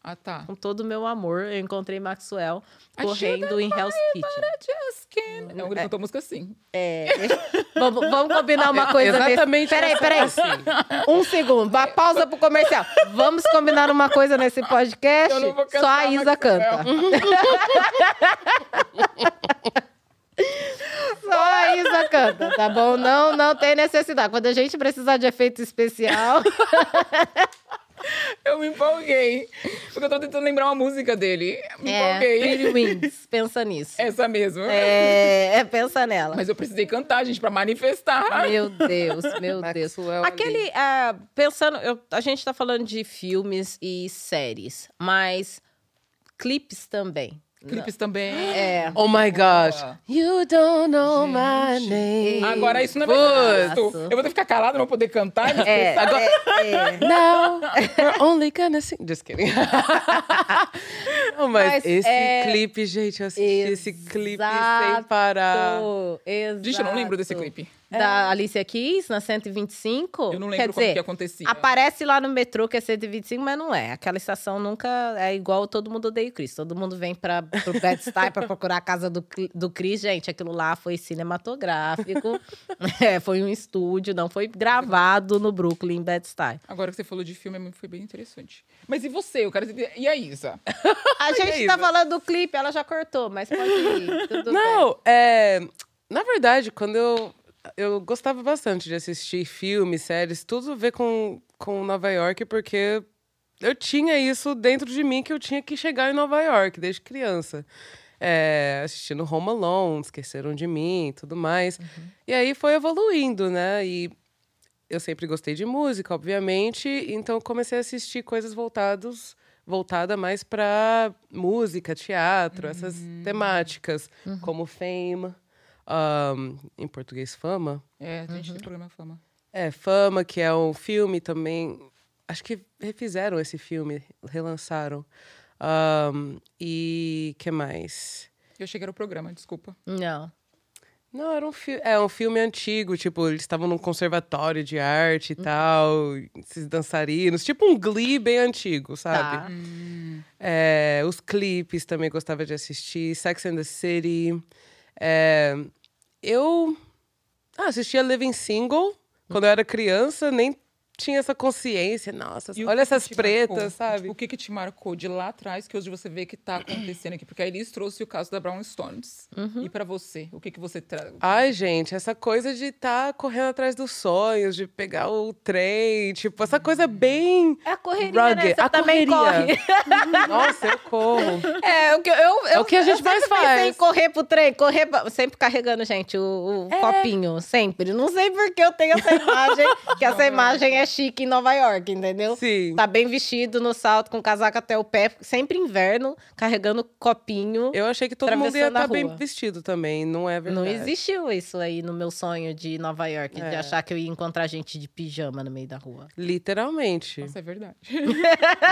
Ah, tá. Com todo o meu amor, eu encontrei Maxwell I correndo em Hell's Kitchen. Just can't- Não, ele É. cantou música assim. É, vamos, vamos combinar uma coisa nesse... É, Exatamente Peraí, essa assim. peraí. Um segundo. pa- Pausa pro comercial. Vamos combinar uma coisa nesse podcast? Eu não vou Só a cantar, Isa Maxwell. canta. Só a Isa canta, tá bom? Não, não tem necessidade. Quando a gente precisar de efeito especial, Eu me empolguei. Porque eu tô tentando lembrar uma música dele. Me é, empolguei. Pretty Wings, pensa nisso. Essa mesmo. É, é, pensa nela. Mas eu precisei cantar, gente, pra manifestar. Meu Deus, meu Deus. Maxwell ali. Aquele, ah, pensando, eu- a gente tá falando de filmes e séries, mas clipes também. Clipes também. É. Oh my gosh. Boa. You don't know my name. Agora isso não é Putz. mais justo. Eu vou ter que ficar calada, não vou poder cantar. mas- É, é, é. Now we're only gonna sing. Just kidding. não, mas, Mas esse é- clipe, gente, eu assisti esse clipe sem parar. Exato, Gente, eu não lembro desse exato. clipe. Da Alicia Keys, na 125. Eu não Quer lembro como dizer, que acontecia. Aparece lá no metrô que é 125, mas não é. Aquela estação nunca é igual todo mundo odeia o Chris. Todo mundo vem para pro Bad Stuy para procurar a casa do, Cri- do Chris. Gente, aquilo lá foi cinematográfico. É, foi um estúdio, não foi gravado no Brooklyn, em Bad Stuy. Agora que você falou de filme, é foi bem interessante. Mas e você? Eu quero saber. E a Isa? A gente tá isso? falando do clipe, ela já cortou, mas pode ir, tudo bem. Não, é. Na verdade, quando eu. Eu gostava bastante de assistir filmes, séries, tudo a ver com, com Nova York, porque eu tinha isso dentro de mim que eu tinha que chegar em Nova York desde criança. É, assistindo Home Alone, Esqueceram de Mim e tudo mais. E aí foi evoluindo, né? E eu sempre gostei de música, obviamente, então eu comecei a assistir coisas voltadas voltada mais para música, teatro, essas temáticas, como Fame, ahn, em português Fama. É, a gente tem programa Fama. É, Fama, que é um filme também. Acho que refizeram esse filme, relançaram. Ahn, e que mais? Eu cheguei no programa, desculpa. Não. Não, era um filme. É um filme antigo, tipo, eles estavam num conservatório de arte e tal, esses dançarinos, tipo um glee bem antigo, sabe? Tá. É, os clipes também gostava de assistir, Sex and the City. É, eu ah, assistia Living Single quando eu era criança, nem tinha essa consciência, nossa, E o olha que que essas te pretas, marcou? Tipo, sabe? O que que te marcou de lá atrás que hoje você vê que tá acontecendo aqui? Porque a Elis trouxe o caso da Brown Stones. Uhum. E pra você, o que que você traz? Ai, gente, essa coisa de estar correndo atrás dos sonhos, de pegar o trem, tipo, essa coisa bem. É a correria, né? Rugged, Você a também correria. corre. Nossa, eu corro. É, o que eu, eu, É o que a gente eu mais sempre pensei faz. em correr pro trem, correr, pra- sempre carregando, gente, o, o É. copinho, sempre. Não sei por que eu tenho essa imagem, que essa imagem é chique em Nova York, entendeu? Sim. Tá bem vestido, no salto, com casaco até o pé, sempre inverno, carregando copinho. Eu achei que todo mundo ia Atravessando a estar bem rua. vestido também, não é Não verdade. existiu isso aí no meu sonho de Nova York, de É. achar que eu ia encontrar gente de pijama no meio da rua. Literalmente. Nossa, é verdade.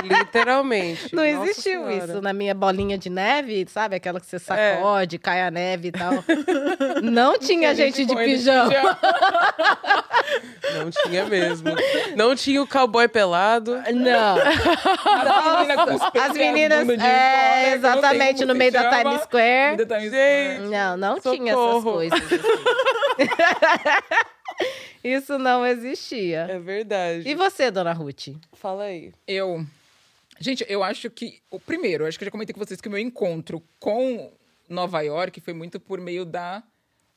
Literalmente. Não Nossa existiu Senhora. É. isso na minha bolinha de neve, sabe? Aquela que você sacode, cai a neve e tal. Não tinha gente de Foi né? nesse pijama. Não tinha mesmo. Não tinha o cowboy pelado. Não. As meninas com os peitos As e a meninas. bunda de É, fora, que eu não sei exatamente, como no meio se da chama. Times Square. Ainda tá me- Gente. Não, não tinha essas Socorro. coisas. assim. Isso não existia. É verdade. E você, dona Ruth? Uhum. Fala aí. Eu. Gente, eu acho que. O primeiro, eu acho que eu já comentei com vocês que o meu encontro com Nova York foi muito por meio da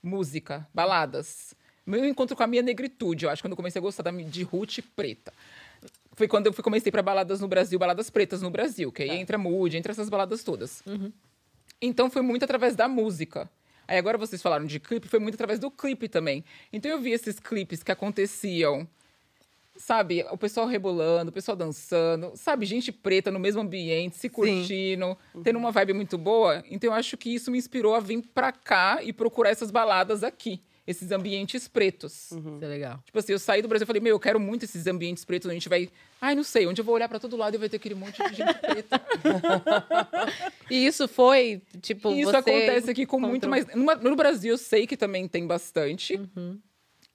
música, baladas. Meu encontro com a minha negritude, eu acho, quando eu comecei a gostar da mi- de Ruth preta. Foi quando eu fui, comecei para baladas no Brasil, baladas pretas no Brasil, que aí entra Mood, entra essas baladas todas. Então foi muito através da música. Aí agora vocês falaram de clipe, foi muito através do clipe também. Então eu vi esses clipes que aconteciam sabe, o pessoal rebolando, o pessoal dançando, sabe, gente preta no mesmo ambiente, se curtindo, tendo uma vibe muito boa. Então eu acho que isso me inspirou a vir pra cá e procurar essas baladas aqui, esses ambientes pretos. Isso é legal. Tipo assim, eu saí do Brasil e falei, meu, eu quero muito esses ambientes pretos, onde a gente vai, ai, não sei, onde eu vou olhar pra todo lado e vai ter aquele monte de gente preta. E isso foi, tipo, E isso você acontece aqui com muito encontrou- mais. numa- no Brasil eu sei que também tem bastante.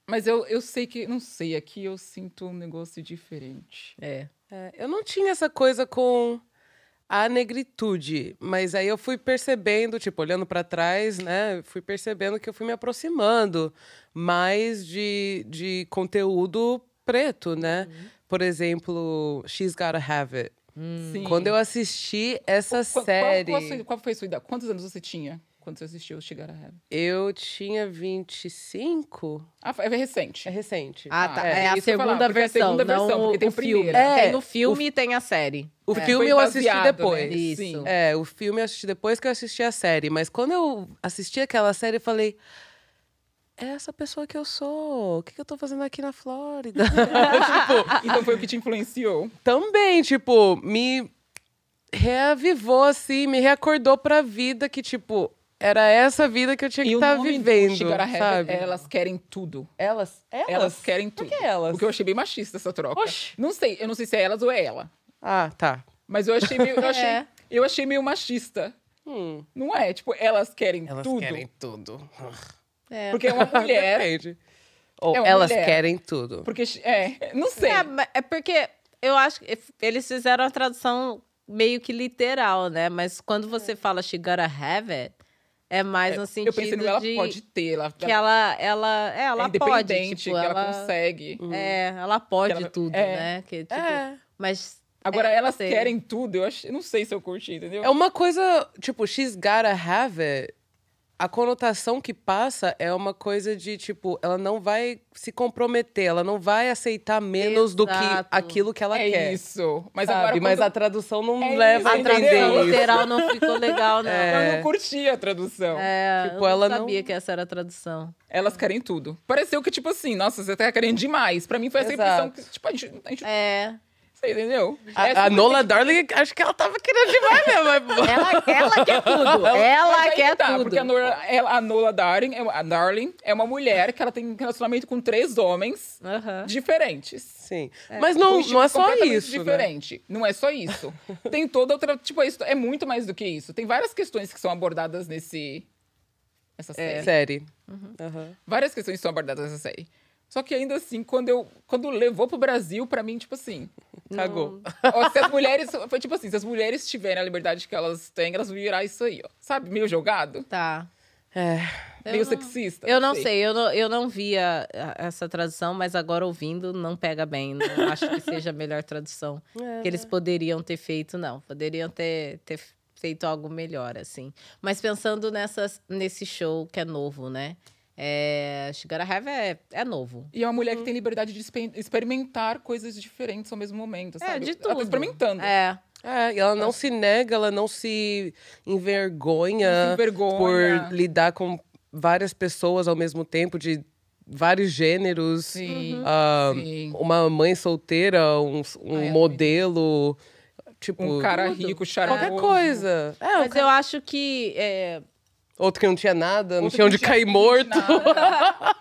Mas eu, eu sei que, não sei, aqui eu sinto um negócio diferente. É. É, eu não tinha essa coisa com a negritude, mas aí eu fui percebendo, tipo, olhando pra trás, né? Fui percebendo que eu fui me aproximando mais de, de conteúdo preto, né? Por exemplo, She's Gotta Have It. Sim. Hum, Quando eu assisti essa Qual- qual- série, Qual, sua- qual foi a sua idade? Quantos anos você tinha quando você assistiu Chegar a Heaven? eu tinha 25. Ah, foi- é recente. É recente. Ah, tá. é É, a isso que eu ia falar, segunda porque é a versão, segunda não versão, o, porque tem o a filme. primeira. É, Tem o filme e tem a série. O É. filme Foi eu assisti baseado, né? depois. Isso. Sim. É, o filme eu assisti depois que eu assisti a série. Mas quando eu assisti aquela série, eu falei. É essa pessoa que eu sou. O que, que eu tô fazendo aqui na Flórida? tipo, Então foi o que te influenciou. também, tipo, me reavivou, assim, me reacordou pra vida que, tipo, era essa vida que eu tinha que e o estar nome do tá vivendo. Chegar a Heaven sabe? é elas querem tudo. Elas, elas? Elas querem Por tudo. que elas? O que eu achei bem machista essa troca. Oxi. Não sei, eu não sei se é elas ou é ela. Ah, tá. Mas eu achei meio, eu achei, É. eu achei meio machista. Hum, Não é? Tipo, elas querem elas tudo. querem tudo. É. Porque é uma mulher. Depende. Ou É uma elas mulher. querem tudo. porque, é, não sei. É, ma- é porque eu acho que f- eles fizeram a tradução meio que literal, né? Mas É. quando você fala she gotta have it, é mais no sentido eu pensei no ela de pode ter, ela, que ela, ela, é, ela é pode, independente, tipo, que ela, ela, consegue. É, ela pode Que ela- tudo, é. né? Que, tipo, É. Mas Agora, É, elas sei. querem tudo. Eu acho, eu não sei se eu curti, entendeu? É uma coisa, tipo, she's gotta have it. A conotação que passa é uma coisa de, tipo, ela não vai se comprometer, ela não vai aceitar menos do que Exato. aquilo que ela é quer. isso. Mas Mas, sabe? agora. Mas a quando- tradução não É leva isso, a a entendeu? tradução entender isso. literal não ficou legal, não. É. Eu não curti a tradução. É, Tipo, eu não ela não- sabia que essa era a tradução. Elas querem tudo. Pareceu que, tipo assim, nossa, você tá querendo demais. Pra mim foi essa Exato. impressão que, tipo, a gente. A gente É. Você entendeu? Essa- É. A, a Nola Darling, acho que ela tava querendo demais mesmo. mas- Ela, ela quer tudo. Mas aí Ela que quer tá, tudo. Porque a Nola, ela- a Nola Darling, é, uma- a Darling é uma mulher que ela tem um relacionamento com três homens Aham. diferentes. Sim. Mas não, Um não é estilo só completamente isso. Né? Diferente. Não é só isso. Tem toda outra. Tipo, é isso- é muito mais do que isso. Tem várias questões que são abordadas nesse. É, Essa série. É. Série. Uhum. Aham. Várias questões são abordadas nessa série. Só que ainda assim, quando eu quando levou pro Brasil, pra mim, tipo assim. Cagou. ó, se as mulheres. Foi tipo assim, se as mulheres tiverem a liberdade que elas têm, elas vão virar isso aí, ó. Sabe? Meio jogado. Tá. É. Eu Meio não- sexista. Eu não sei, eu, não, eu não via a- essa tradução, mas agora ouvindo não pega bem. Não acho que seja a melhor tradução que eles poderiam ter feito, não. Poderiam ter, ter feito algo melhor, assim. Mas pensando nessas, nesse show que é novo, né? É, Shigara Have é, é novo. E é uma mulher que tem liberdade de exper- experimentar coisas diferentes ao mesmo momento, sabe? É, de Ela tudo. tá experimentando. É. É, e ela não se nega, ela não se envergonha, Não se envergonha. por lidar com várias pessoas ao mesmo tempo, de vários gêneros. Sim, Ah, sim. Uma mãe solteira, um, um Ai, é modelo, tipo. Um cara tudo. rico, charmoso. Qualquer coisa. É, um Mas ca- eu acho que é Outro que não tinha nada, não Outro tinha onde que não cair tinha morto. nada.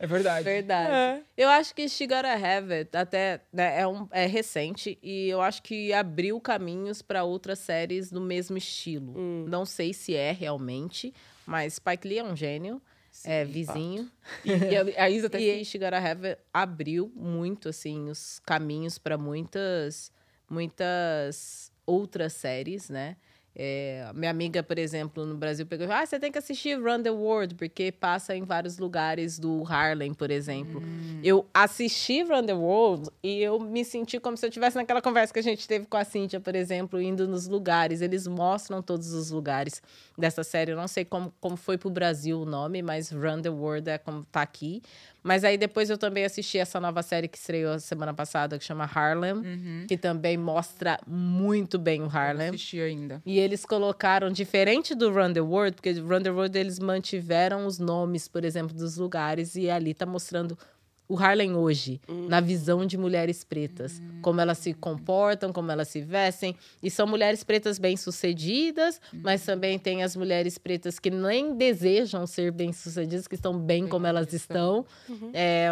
É verdade. verdade. Eu acho que She Gotta Have It até né, é, um, é recente e eu acho que abriu caminhos para outras séries do mesmo estilo. Não sei se é realmente, mas Spike Lee é um gênio, é vizinho. E, e a- a Isa até E She Gotta Have It abriu muito assim os caminhos para muitas, muitas outras séries, né? É, minha amiga, por exemplo, no Brasil pegou, ah, você tem que assistir Run the World porque passa em vários lugares do Harlem, por exemplo. Eu assisti Run the World e eu me senti como se eu estivesse naquela conversa que a gente teve com a Cíntia, por exemplo, indo nos lugares. Eles mostram todos os lugares dessa série. Eu não sei como, como foi pro Brasil o nome, mas Run the World é como tá aqui. Mas aí depois eu também assisti essa nova série que estreou semana passada, que chama Harlem, que também mostra muito bem o Não Harlem. assisti ainda. E eles colocaram, diferente do Run the World, porque Run the World eles mantiveram os nomes, por exemplo, dos lugares, e ali tá mostrando o Harlem hoje, na visão de mulheres pretas. Como elas se comportam, como elas se vestem. E são mulheres pretas bem-sucedidas, mas também tem as mulheres pretas que nem desejam ser bem-sucedidas, que estão bem, como elas estão. É,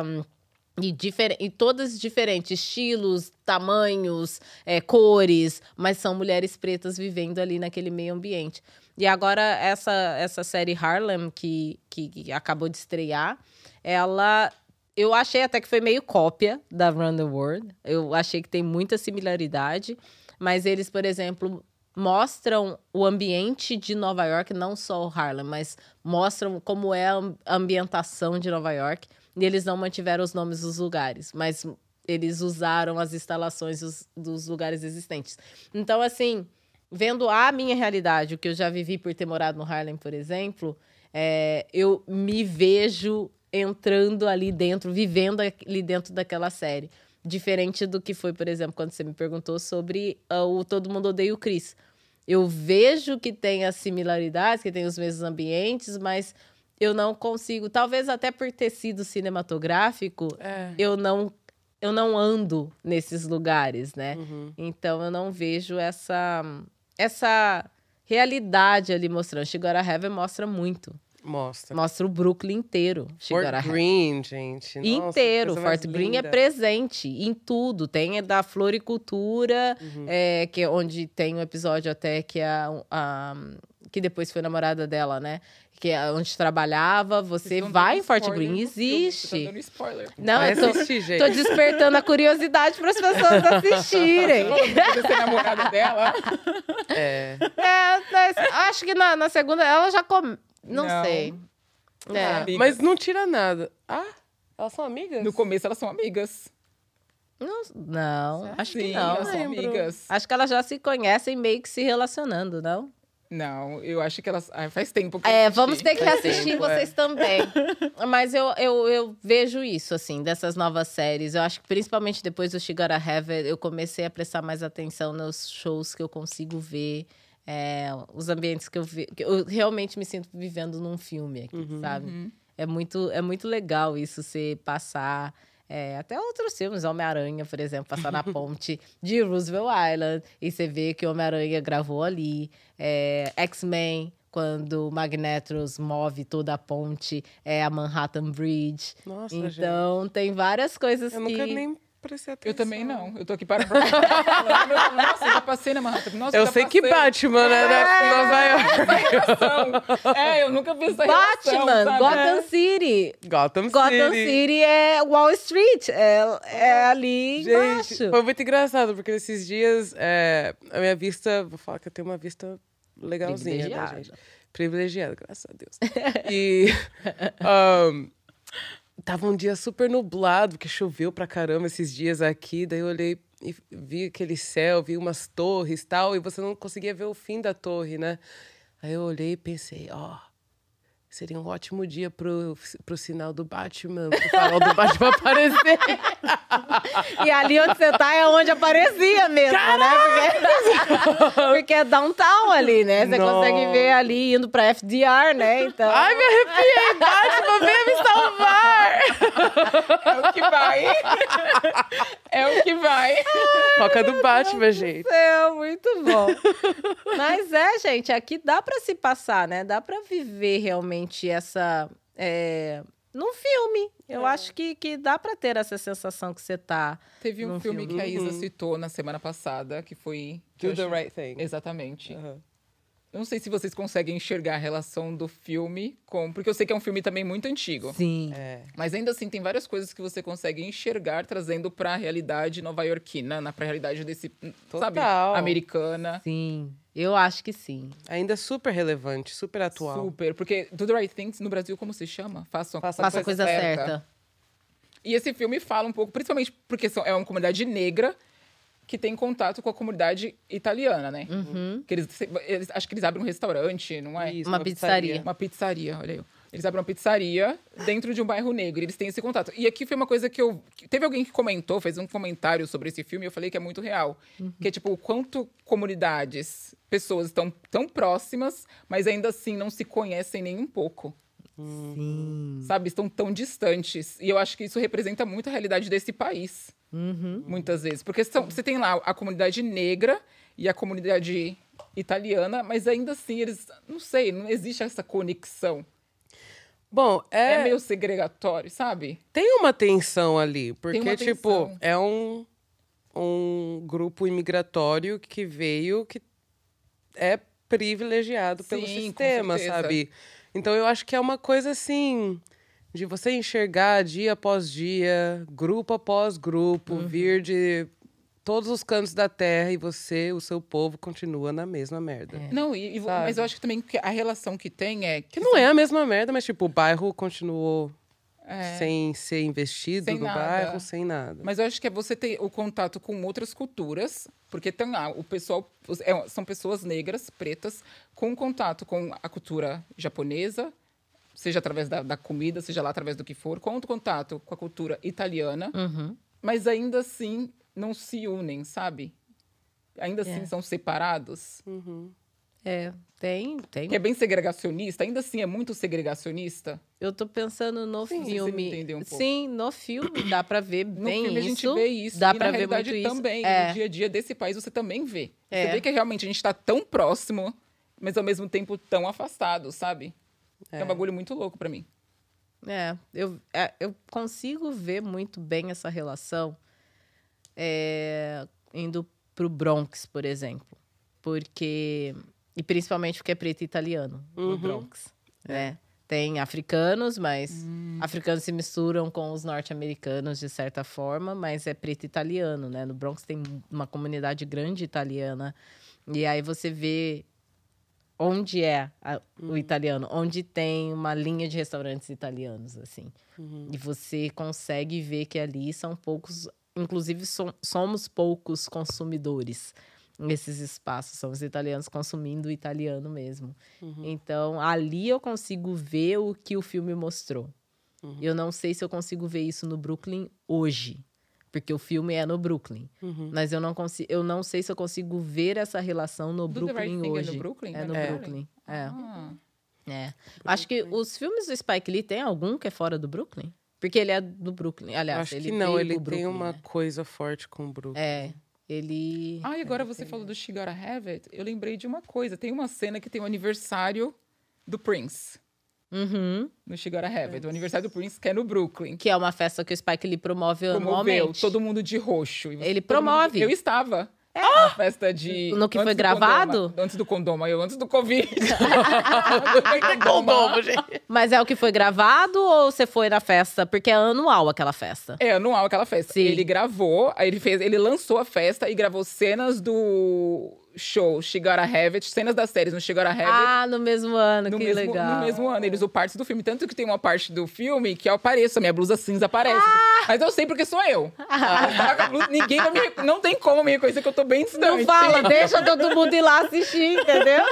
e, difer- e todas diferentes, estilos, tamanhos, é, cores, mas são mulheres pretas vivendo ali naquele meio ambiente. E agora, essa, essa série Harlem, que, que, que acabou de estrear, ela. Eu achei até que foi meio cópia da Run the World. Eu achei que tem muita similaridade, mas eles, por exemplo, mostram o ambiente de Nova York, não só o Harlem, mas mostram como é a am- ambientação de Nova York. E eles não mantiveram os nomes dos lugares, mas eles usaram as instalações dos, dos lugares existentes. Então, assim, vendo a minha realidade, o que eu já vivi por ter morado no Harlem, por exemplo, é, eu me vejo entrando ali dentro, vivendo ali dentro daquela série. Diferente do que foi, por exemplo, quando você me perguntou sobre ah, o Todo Mundo Odeia o Chris. Eu vejo que tem as similaridades, que tem os mesmos ambientes, mas eu não consigo. Talvez até por ter sido cinematográfico, É. eu não eu não ando nesses lugares, né? Uhum. Então eu não vejo essa essa realidade ali mostrando. Shigora Heaven mostra muito. Mostra. Mostra o Brooklyn inteiro. Fort Shigora Heaven. Green, gente. Nossa, que Inteiro, coisa mais Fort Green é linda. presente em tudo. Tem é da floricultura, Uhum. é, que é onde tem um episódio até que a, um, a- que depois foi namorada dela, né? Que é onde trabalhava. Você Vocês tão vai um dando em Fort spoiler Green, do filme, você tá existe. dando spoiler. Não, Vai eu tô, assistir, gente. tô despertando a curiosidade para as pessoas assistirem. Você ser namorada dela? É. É, mas acho que na, na segunda ela já come. Não, Não. sei. É, Amigas. Mas não tira nada. Ah, elas são amigas? No começo elas são amigas. não, não, acho Sim, que não. elas são lembro. amigas. Acho que elas já se conhecem meio que se relacionando, não? Não, eu acho que elas. Ah, faz tempo que eu É, assisti. vamos ter que Faz assistir tempo, é. vocês também. Mas eu, eu, eu vejo isso, assim, dessas novas séries. Eu acho que principalmente depois do Shigara Heaven, eu comecei a prestar mais atenção nos shows que eu consigo ver. é, os ambientes que eu vi, que eu realmente me sinto vivendo num filme aqui, Uhum. sabe? Uhum. É, muito, é muito legal isso, você passar é, até outros filmes, Homem-Aranha, por exemplo, passar na ponte de Roosevelt Island e você vê que o Homem-Aranha gravou ali. É, X-Men, quando o Magnetos move toda a ponte, é a Manhattan Bridge. Nossa, gente. então, tem várias coisas Eu que... nunca nem prestei atenção. Eu também não. Eu tô aqui parando pra falar. Nossa, eu já passei na Manhattan. Nossa, Eu já sei que passei. Batman, né? né, Nova York. Relação. É, eu nunca vi essa relação, Batman, sabe? Gotham City. É. Gotham City. Ah, Gotham City é Wall Street, é, é ali Gente, embaixo. foi muito engraçado, porque esses dias é, a minha vista. Vou falar que eu tenho uma vista legalzinha, né, Privilegiada. gente? Privilegiada, graças a Deus. E. ahn, tava um dia super nublado, porque choveu pra caramba esses dias aqui. Daí eu olhei e vi aquele céu, vi umas torres e tal, e você não conseguia ver o fim da torre, né? Aí eu olhei e pensei, ó. Seria um ótimo dia pro, pro sinal do Batman, pro farol do Batman aparecer. E ali onde você tá é onde aparecia mesmo, né? Porque, porque é downtown ali, né? Você Não. consegue ver ali indo pra FDR, né? Então. Ai, me arrepiei, Batman, venha me salvar! É o que vai. é o que vai. Toca do Batman, gente. Meu, É, muito bom. Mas é, gente, aqui dá pra se passar, né? Dá pra viver realmente essa. É... Num filme. Eu É. acho que, que dá pra ter essa sensação que você tá. Teve um Num filme, filme. que a Isa Uhum. citou na semana passada, que foi. que Do eu the achei- right thing. Exatamente. Aham. Eu não sei se vocês conseguem enxergar a relação do filme com. Porque eu sei que é um filme também muito antigo. Sim. É. Mas ainda assim, tem várias coisas que você consegue enxergar trazendo pra realidade nova-iorquina, na pra realidade desse. Sabe? Total. Americana. Sim. Eu acho que sim. Ainda é super relevante, super atual. Super. Porque Do the Right Things no Brasil, como se chama? Faça a Faça Faça a coisa certa. E esse filme fala um pouco, principalmente porque são- é uma comunidade negra que tem contato com a comunidade italiana, né? Uhum. Que eles, se- eles- acho que eles abrem um restaurante, não é? Isso, Uma pizzaria. Uma pizzaria, olha aí. Eles abrem uma pizzaria dentro de um bairro negro. e Eles têm esse contato. E aqui foi uma coisa que eu. que- Teve alguém que comentou, fez um comentário sobre esse filme, e eu falei que é muito real. Que é tipo, o quanto comunidades, pessoas estão tão próximas, mas ainda assim não se conhecem nem um pouco Sim. sabe, estão tão distantes. E eu acho que isso representa muito a realidade desse país, Uhum. muitas vezes. Porque são- você tem lá a comunidade negra e a comunidade italiana, mas ainda assim eles, não sei, não existe essa conexão. Bom, É, é, meio segregatório, sabe? tem uma tensão ali, porque, uma tipo, tensão. é um, um grupo imigratório que veio que é privilegiado pelo Sim, com sistema, certeza. sabe? Então eu acho que é uma coisa assim. De você enxergar dia após dia, grupo após grupo, Uhum. vir de todos os cantos da terra e você, o seu povo, continua na mesma merda. Não, e, e vo- mas É, Sabe. eu acho que também que a relação que tem é Que não é a mesma merda, mas tipo, o bairro continuou É. sem ser investido Sem no nada. bairro, sem nada. Mas eu acho que é você ter o contato com outras culturas, porque tem lá o pessoal, os- é, são pessoas negras, pretas, com contato com a cultura japonesa, seja através da, da comida, seja lá através do que for, com o contato com a cultura italiana, Uhum. mas ainda assim não se unem, sabe? Ainda assim É. são separados. Uhum. É, tem, tem. Que é bem segregacionista, ainda assim é muito segregacionista. Eu tô pensando no Sim, você filme. me entendeu um pouco. Sim, no filme dá pra ver No bem filme isso. a gente vê isso, Dá e pra ver na muito realidade isso. também, É. no dia a dia desse país você também vê. É. Você vê que realmente a gente tá tão próximo, mas ao mesmo tempo tão afastado, sabe? É, um bagulho muito louco pra mim. É, eu, é, eu consigo ver muito bem essa relação é, indo pro Bronx, por exemplo. Porque. E principalmente porque é preto e italiano no Uhum. Bronx. Né? Tem africanos, mas. Africanos se misturam com os norte-americanos de certa forma, mas é preto e italiano, né? No Bronx tem uma comunidade grande italiana. E aí você vê onde é a- o italiano, onde tem uma linha de restaurantes italianos, assim. E você consegue ver que ali são poucos, inclusive som- somos poucos consumidores nesses espaços, são os italianos consumindo o italiano mesmo. Então, ali eu consigo ver o que o filme mostrou. Eu não sei se eu consigo ver isso no Brooklyn hoje, porque o filme é no Brooklyn. Uhum. Mas eu não consigo, eu não sei se eu consigo ver essa relação no Do The Brooklyn Right Thing hoje. É no Brooklyn? É no Né? Brooklyn. É. Ah. É. Acho que os filmes do Spike Lee tem algum que é fora do Brooklyn? Porque ele é do Brooklyn. Aliás, Acho ele que não, veio ele do tem Brooklyn, uma né? coisa forte com o Brooklyn. É. Ele. Ah, e agora você falou do She Gotta Have It, eu lembrei de uma coisa. Tem uma cena que tem o aniversário do Prince, Uhum. no She Gotta Have It. O aniversário do Prince que é no Brooklyn. Que é uma festa que o Spike Lee promove Promoveu anualmente. todo mundo de roxo. E você- Ele todo mundo- promove. É. Eu estava. Na festa de. No que antes foi do gravado? condoma. antes do condoma, eu antes do Covid. Antes do condoma. gente. Mas é o que foi gravado ou você foi na festa? Porque é anual aquela festa. É anual aquela festa. Sim. Ele gravou, aí ele fez, ele lançou a festa e gravou cenas do show She Gotta Have It, cenas das séries no She Gotta Have It. Ah, no mesmo ano, É, No que mesmo, legal. no mesmo ano, eles usam partes do filme. Tanto que tem uma parte do filme que eu apareço, a minha blusa cinza aparece. Ah! Mas eu sei porque sou eu. Eu tava com a blusa- Ninguém vai me... rec- Não tem como me reconhecer que eu tô bem distante. Não fala, deixa todo mundo ir lá assistir, entendeu?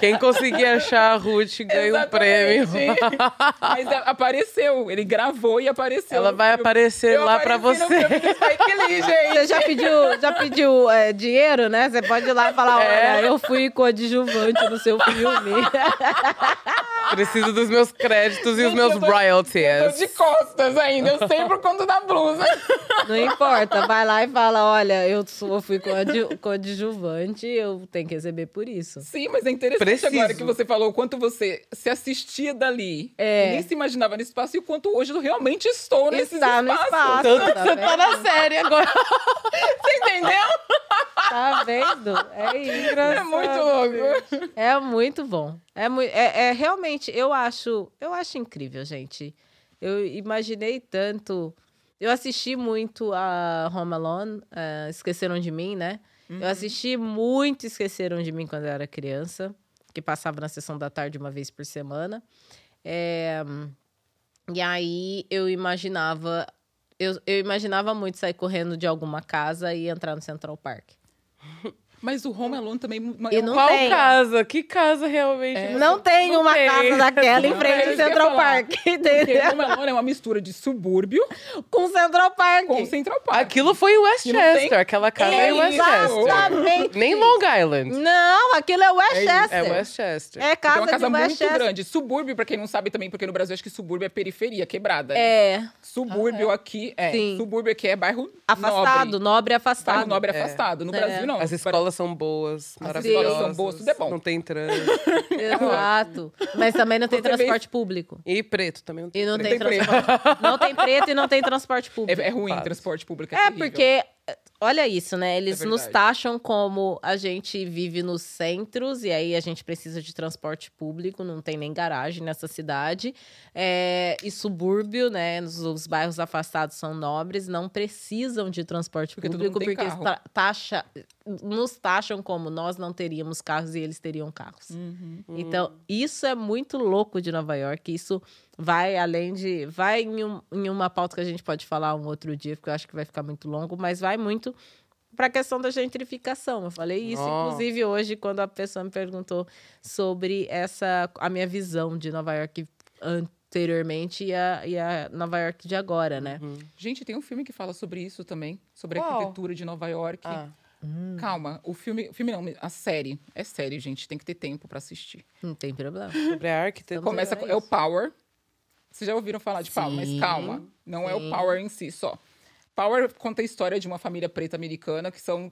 Quem conseguir achar a Ruth ganha um prêmio. Exatamente. Mas a- apareceu. Ele gravou e apareceu. Ela no vai filme. aparecer Eu lá pra apareci no você. filme, vocês ficam felizes, gente. Você já pediu, já pediu é, dinheiro, né? Você pode ir lá e falar, É. olha, eu fui coadjuvante no seu filme. Preciso dos meus créditos e os Gente, meus eu tô- Tô royalties. de costas ainda, eu sei por conta da blusa. Não importa, vai lá e fala, olha, eu, sou, eu fui coadju- coadjuvante, eu tenho que receber por isso. Sim, mas é interessante Preciso. agora que você falou o quanto você se assistia dali. É. E nem se imaginava nesse espaço e o quanto hoje eu realmente estou nesse Está no espaço. Tanto que tá você vendo? tá na série agora. Você entendeu? Tá vendo? É isso. É muito louco. É muito bom. É, mui- é, é realmente, eu acho, eu acho incrível, gente. Eu imaginei tanto. Eu assisti muito a Home Alone, eh, Esqueceram de Mim, né? Eu assisti muito Esqueceram de Mim quando eu era criança, que passava na sessão da tarde uma vez por semana. É, e aí eu imaginava, eu, eu imaginava muito sair correndo de alguma casa e entrar no Central Park. Mas o Home Alone também. E não Qual tem. É. casa? Que casa realmente? você- Não tem Não uma tem. casa daquela em É, Não frente tem, ao isso que eu ia Central falar. Park. entendeu? Porque Home Alone é uma mistura de subúrbio Com Central Park. com Central Park. Aquilo foi em Westchester. tem- Aquela casa é em Westchester. Exatamente. Nem Long Island. Não, aquilo é É Westchester. É, Westchester. Então, casa, é uma casa de muito Westchester. grande. Subúrbio, pra quem não sabe também, porque no Brasil acho que subúrbio é periferia, quebrada. né? É, Subúrbio aqui é. Sim. Subúrbio aqui é bairro afastado, nobre. nobre, afastado. Bairro nobre afastado. No É. Brasil, não. As escolas são boas, As escolas maravilhosas. são boas, tudo é bom. Não tem trânsito. Exato. Mas também não tem Você vê- transporte público. E preto também não tem. E não preto. tem, Tem preto. transporte. não tem preto e não tem transporte É, público. é ruim Fato. transporte público. É, É, terrível. porque. Olha isso, né? Eles É nos verdade. taxam como a gente vive nos centros e aí a gente precisa de transporte público, não tem nem garagem nessa cidade. É, e subúrbio, né? Os, os bairros afastados são nobres, não precisam de transporte Porque todo público mundo tem porque carro. ta- taxa, nos taxam como nós não teríamos carros e eles teriam carros. Uhum. Hum. Então, isso é muito louco de Nova York. Isso vai além de. Vai em, um- em uma pauta que a gente pode falar um outro dia, porque eu acho que vai ficar muito longo, mas vai muito para a questão da gentrificação. Eu falei isso, Nossa. inclusive, hoje, quando a pessoa me perguntou sobre essa a minha visão de Nova York anteriormente e a, e a Nova York de agora, né? Gente, tem um filme que fala sobre isso também, sobre a Qual? arquitetura de Nova York. Ah, Calma, o filme, o filme não, a série. É série, gente, tem que ter tempo pra assistir. Não tem problema. sobre a arquitetura. Como Começa é com, é o isso. Power. Vocês já ouviram falar de Power, Sim, mas calma, não é sim. o Power em si só. Power conta a história de uma família preta americana que são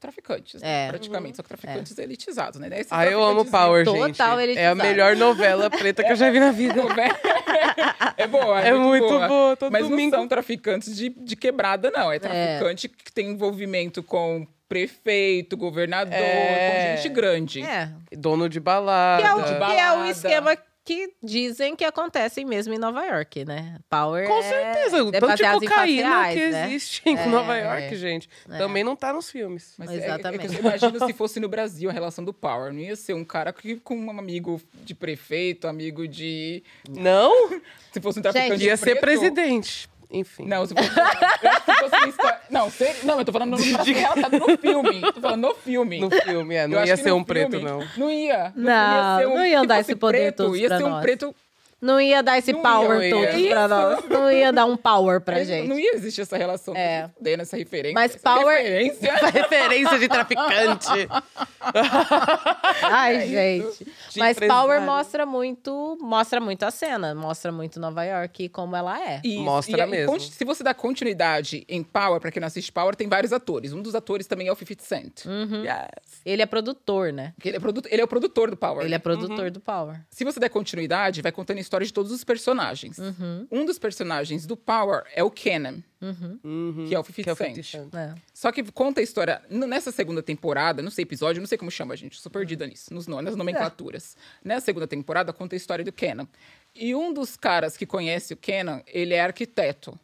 traficantes, né, É. praticamente, só que traficantes elitizados, né? Esses Ah, eu amo traficantes- Power, Total gente. É a elitizado. melhor novela preta que eu já vi na vida. é boa, é, É muito boa, todo Mas domingo. não são traficantes de, de quebrada, não. É traficante que tem envolvimento com prefeito, governador, É. com gente grande. É. Dono de balada. Que é, o, De que é o balada. esquema que dizem que acontece mesmo em Nova York, né? Power Com é- certeza, então, o é tanto de baseado em fatos cocaína reais, que né? existe em É, Nova é. York, gente. Também não tá nos filmes. Mas É, é Exatamente. que eu imagino se fosse no Brasil a relação do Power. Não ia ser um cara que, com um amigo de prefeito, amigo de. Não? Se fosse um traficante. Gente, Ia ser preto- presidente. Enfim. Não, se fosse. eu acho que se fosse um histó- não, ser- não, eu tô falando no, relatado no filme. Tô falando no filme. No filme, é. Eu Não acho ia que ser no um preto, filme não. Não ia. Não, ser não ia se dar fosse esse poder preto, todos Ia pra ser um nós. preto Não ia dar esse Não power ia, todo ia. pra nós. Não ia dar um power pra Mas gente. Não ia existir essa relação É. é. dando essa referência. Mas essa Power- Referência. Essa referência de traficante. Ai, É gente. De Mas power empresário. mostra muito, mostra muito a cena, mostra muito Nova York e como ela é. E- Mostra e aí, mesmo. conti- se você dá continuidade em Power, pra quem não assiste Power, tem vários atores. Um dos atores também é o 50 Cent. Uhum. Uhum. Yes. Ele é produtor, né? Porque Ele é, produ- ele é o produtor do Power. Ele é produtor do power. Se você der continuidade, vai contando a história de todos os personagens. Um dos personagens do Power é o Kenan, Uhum. que é o 50 Que é o Cent. 50 Cent. né? Só que conta a história n- nessa segunda temporada, não sei episódio, não sei como chama, gente, sou Uhum. perdida nisso, nos, no- nas nomenclaturas. Nessa segunda temporada conta a história do Kenan. E um dos caras que conhece o Kenan, ele é arquiteto.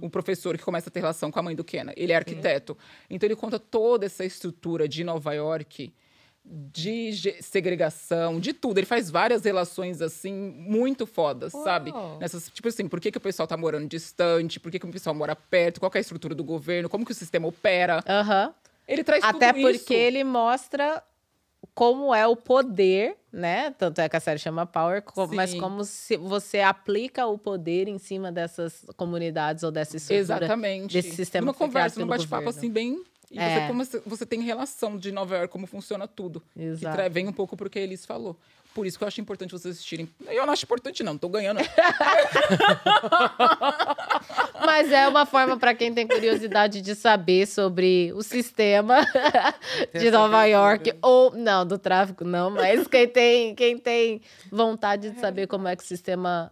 o professor que começa a ter relação com a mãe do Kenna. Ele é arquiteto. Então ele conta toda essa estrutura de Nova York, de ge- segregação, de tudo. Ele faz várias relações assim muito fodas, Uau. sabe? Nessas, tipo assim, por que, que o pessoal tá morando distante? Por que, que o pessoal mora perto? Qual que é a estrutura do governo? Como que o sistema opera? Aham. Ele traz Até tudo porque isso. ele é mostra como é o poder, né? Tanto é que a série chama Power, co- mas Sim. como se você aplica o poder em cima dessas comunidades ou dessa estrutura. Exatamente. desse sistema Numa que foi conversa, criado num pelo bate-papo governo. assim bem e É. você, como você- você tem relação de Nova York, como funciona tudo. Que Exato. tra- vem um pouco pro que eles falou. Por isso que eu acho importante vocês assistirem. Eu não acho importante, não. Tô ganhando. Mas é uma forma para quem tem curiosidade de saber sobre o sistema de essa Nova abertura. né? York ou não do tráfico não, mas quem tem quem tem vontade de saber como é que o sistema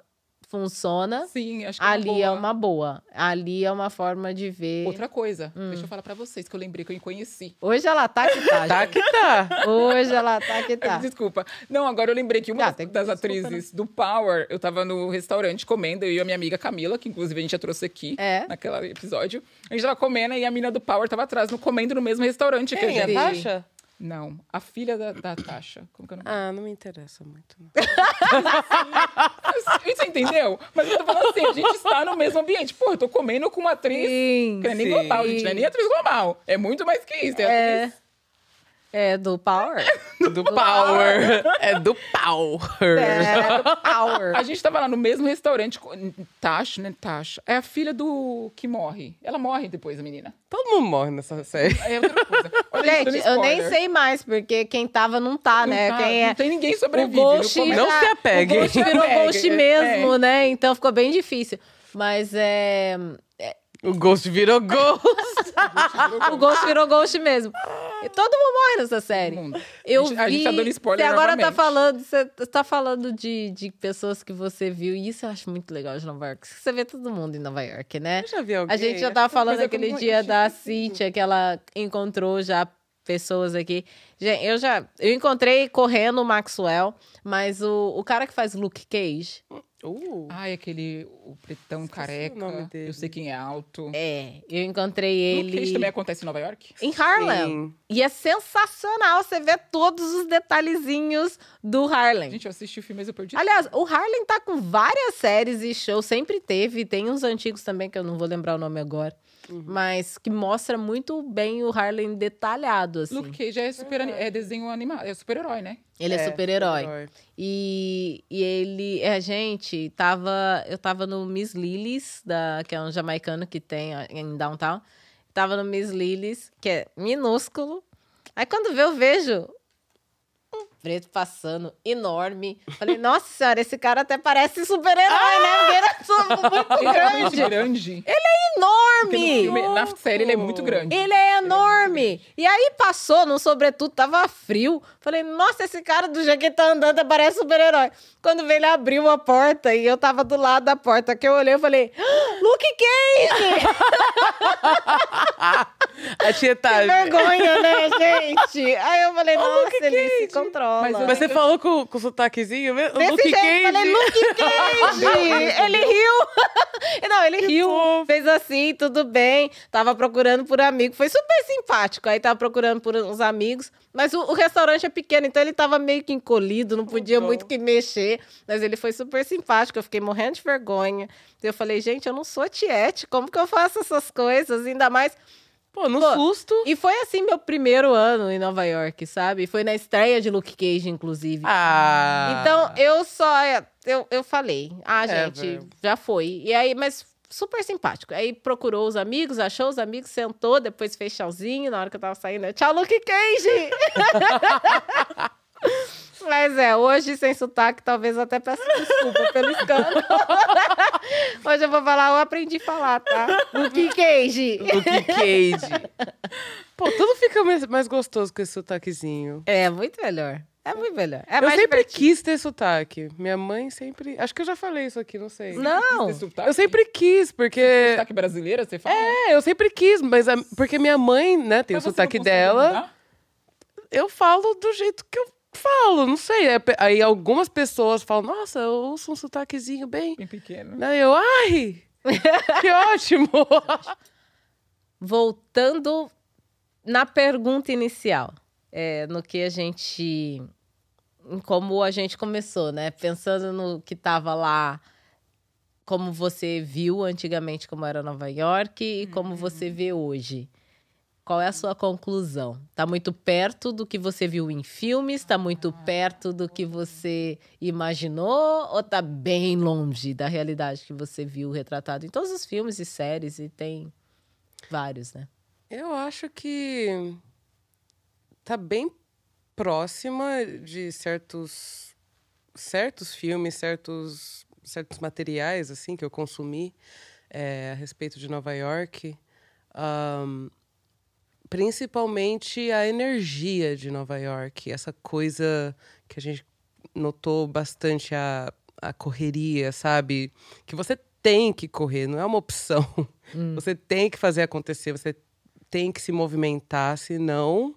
funciona, Sim, acho que ali é é uma, boa. uma boa. Ali é uma forma de ver. Outra coisa. Hum. Deixa eu falar pra vocês, que eu lembrei que eu conheci. Hoje ela tá que tá. Tá gente. que tá. Hoje ela tá que tá. Desculpa. Não, agora eu lembrei que uma Ah, das, tem que das desculpa, né? atrizes do Power, eu tava no restaurante comendo, eu e a minha amiga Camila, que inclusive a gente já trouxe aqui, É. naquele episódio. A gente tava comendo e a mina do Power tava atrás, no, comendo no mesmo restaurante que a Quem? gente. A Tasha? Não, a filha da, da Tasha. Como que é o nome? Ah, não me interessa muito. não. Você entendeu? Mas eu tô falando assim, a gente está no mesmo ambiente. Pô, eu tô comendo com uma atriz Sim. que não é nem sim. global, gente. Não é nem atriz global. É muito mais que isso. É É. É do Power. Do Power. É do Power. É do A Power. gente tava lá no mesmo restaurante. co- Tasha, né? Tasha. É a filha do que morre. Ela morre depois, a menina. Todo mundo morre nessa série. É outra coisa. Olha, a Gente, dando eu nem spoiler. sei mais porque quem tava não tá, Não né? tá- Quem é Não tem ninguém sobrevive. O no Ghost começo. Não já- se apegue. O Ghost virou Apegue, Ghost é. mesmo, né? Então ficou bem difícil. Mas é. O Ghost virou Ghost. Ah, O Ghost virou Ghost mesmo. E todo mundo morre nessa série. Todo é mundo. Eu A gente- a gente vi- tá dando spoiler Você agora tá novamente. falando, você tá falando de, de pessoas que você viu, e isso eu acho muito legal de Nova York. Você vê todo mundo em Nova York, né? Eu já vi alguém. A gente já acho tava que é uma falando coisa que eu aquele não dia acho da difícil. Cíntia, que ela encontrou já pessoas aqui. Gente, eu já. Eu encontrei correndo o Maxwell, mas o, o cara que faz Luke Cage. que- Uh, Ai, aquele o pretão Esqueci o careca. nome dele. Eu sei quem é alto. É, eu encontrei ele. Isso também acontece em Nova York? Em Harlem. sim. E é sensacional você ver todos os detalhezinhos do Harlem. Gente, eu assisti o filme, mas eu perdi. Aliás, o Harlem tá com várias séries e shows, sempre teve. Tem uns antigos também, que eu não vou lembrar o nome agora. Mas que mostra muito bem o Harlem detalhado, assim. Luke Cage é, super, ani- é desenho animado, é super-herói, né? Ele é, É, super-herói. E, e ele, é, gente, tava, eu tava no Miss Lilies, da, que é um jamaicano que tem ó, em downtown. Tava no Miss Lilies, que é minúsculo. Aí quando vê, eu vejo um preto passando, enorme. Falei, nossa senhora, esse cara até parece super-herói, né? Porque ele é muito Ele é realmente grande, grande. Porque no enorme! filme- na série ele é muito grande. Ele é enorme. E aí passou, no sobretudo, tava frio. Falei, nossa, esse cara do jeito que ele tá andando parece super-herói. Quando veio, ele abriu a porta e eu tava do lado da porta. Que eu olhei, eu falei, "Ah, Luke Cage! A tá- Que tietagem. vergonha, né, gente? Aí eu falei, nossa, ele se controla. Mas eu- Mas você falou com, com o sotaquezinho mesmo? Desse Luke jeito, eu falei, Cage. Luke Cage! ele riu! Não, ele riu, fofo. fez assim, tudo bem. Tava procurando por amigo, foi super simpático. Aí tava procurando por uns amigos, mas o, o restaurante é pequeno, então ele tava meio que encolhido, não podia dó. muito que mexer. Mas ele foi super simpático, eu fiquei morrendo de vergonha. Eu falei, gente, eu não sou tiete, como que eu faço essas coisas? Ainda mais Pô, no Pô. susto. e foi assim meu primeiro ano em Nova York, sabe? Foi na estreia de Luke Cage, inclusive. Ah. Então eu só. Eu, eu falei, ah, É, gente, velho. já foi. E aí, mas super simpático. Aí procurou os amigos, achou os amigos, sentou, depois fez tchauzinho na hora que eu tava saindo. eu, Tchau, Luke Cage! Mas é, hoje sem sotaque, talvez eu até peço desculpa pelo escândalo. hoje eu vou falar, eu aprendi a falar, tá? Luke Cage! Luke Cage. Pô, tudo fica mais, mais gostoso com esse sotaquezinho. É muito melhor. É muito melhor. É eu mais sempre divertido. quis ter sotaque. Minha mãe sempre. Acho que eu já falei isso aqui, não sei. Não! Esse sotaque, Eu sempre quis, porque. Sotaque brasileira, você fala? É, eu sempre quis, mas a- porque minha mãe, né, tem Mas o você não sotaque consegue dela. mudar? Eu falo do jeito que eu falo, não sei. É, pe- Aí algumas pessoas falam, nossa, eu ouço um sotaquezinho bem. Bem pequeno. Aí eu, ai! que ótimo! Voltando na pergunta inicial, é, no que a gente. em Como a gente começou, né? Pensando no que tava lá, como você viu antigamente, como era Nova York e como você vê hoje. Qual é a sua conclusão? Tá muito perto do que você viu em filmes? Tá muito perto do que você imaginou? Ou tá bem longe da realidade que você viu retratado em todos os filmes e séries? E tem vários, né? Eu acho que tá bem próxima de certos certos filmes, certos certos materiais assim que eu consumi é, a respeito de Nova York, Ahn, principalmente a energia de Nova York, essa coisa que a gente notou bastante a, a correria, sabe? Que você tem que correr, não é uma opção. Você tem que fazer acontecer, você tem que se movimentar, senão,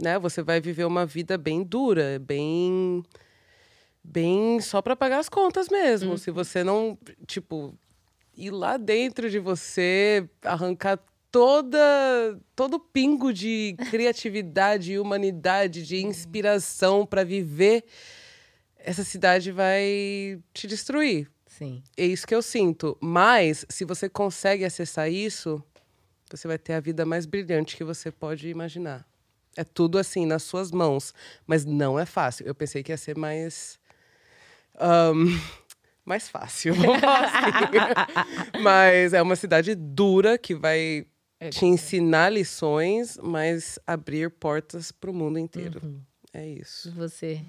né, você vai viver uma vida bem dura, bem bem só para pagar as contas mesmo. Se você não, tipo, ir lá dentro de você, arrancar toda todo pingo de criatividade, humanidade, de inspiração para viver, essa cidade vai te destruir. Sim. É isso que eu sinto. Mas, se você consegue acessar isso, você vai ter a vida mais brilhante que você pode imaginar. É tudo assim, nas suas mãos. Mas não é fácil. Eu pensei que ia ser mais. ahn, mais fácil, vamos falar assim. mas é uma cidade dura que vai É, te ensinar lições, mas abrir portas para o mundo inteiro. Uhum. É E isso. Você.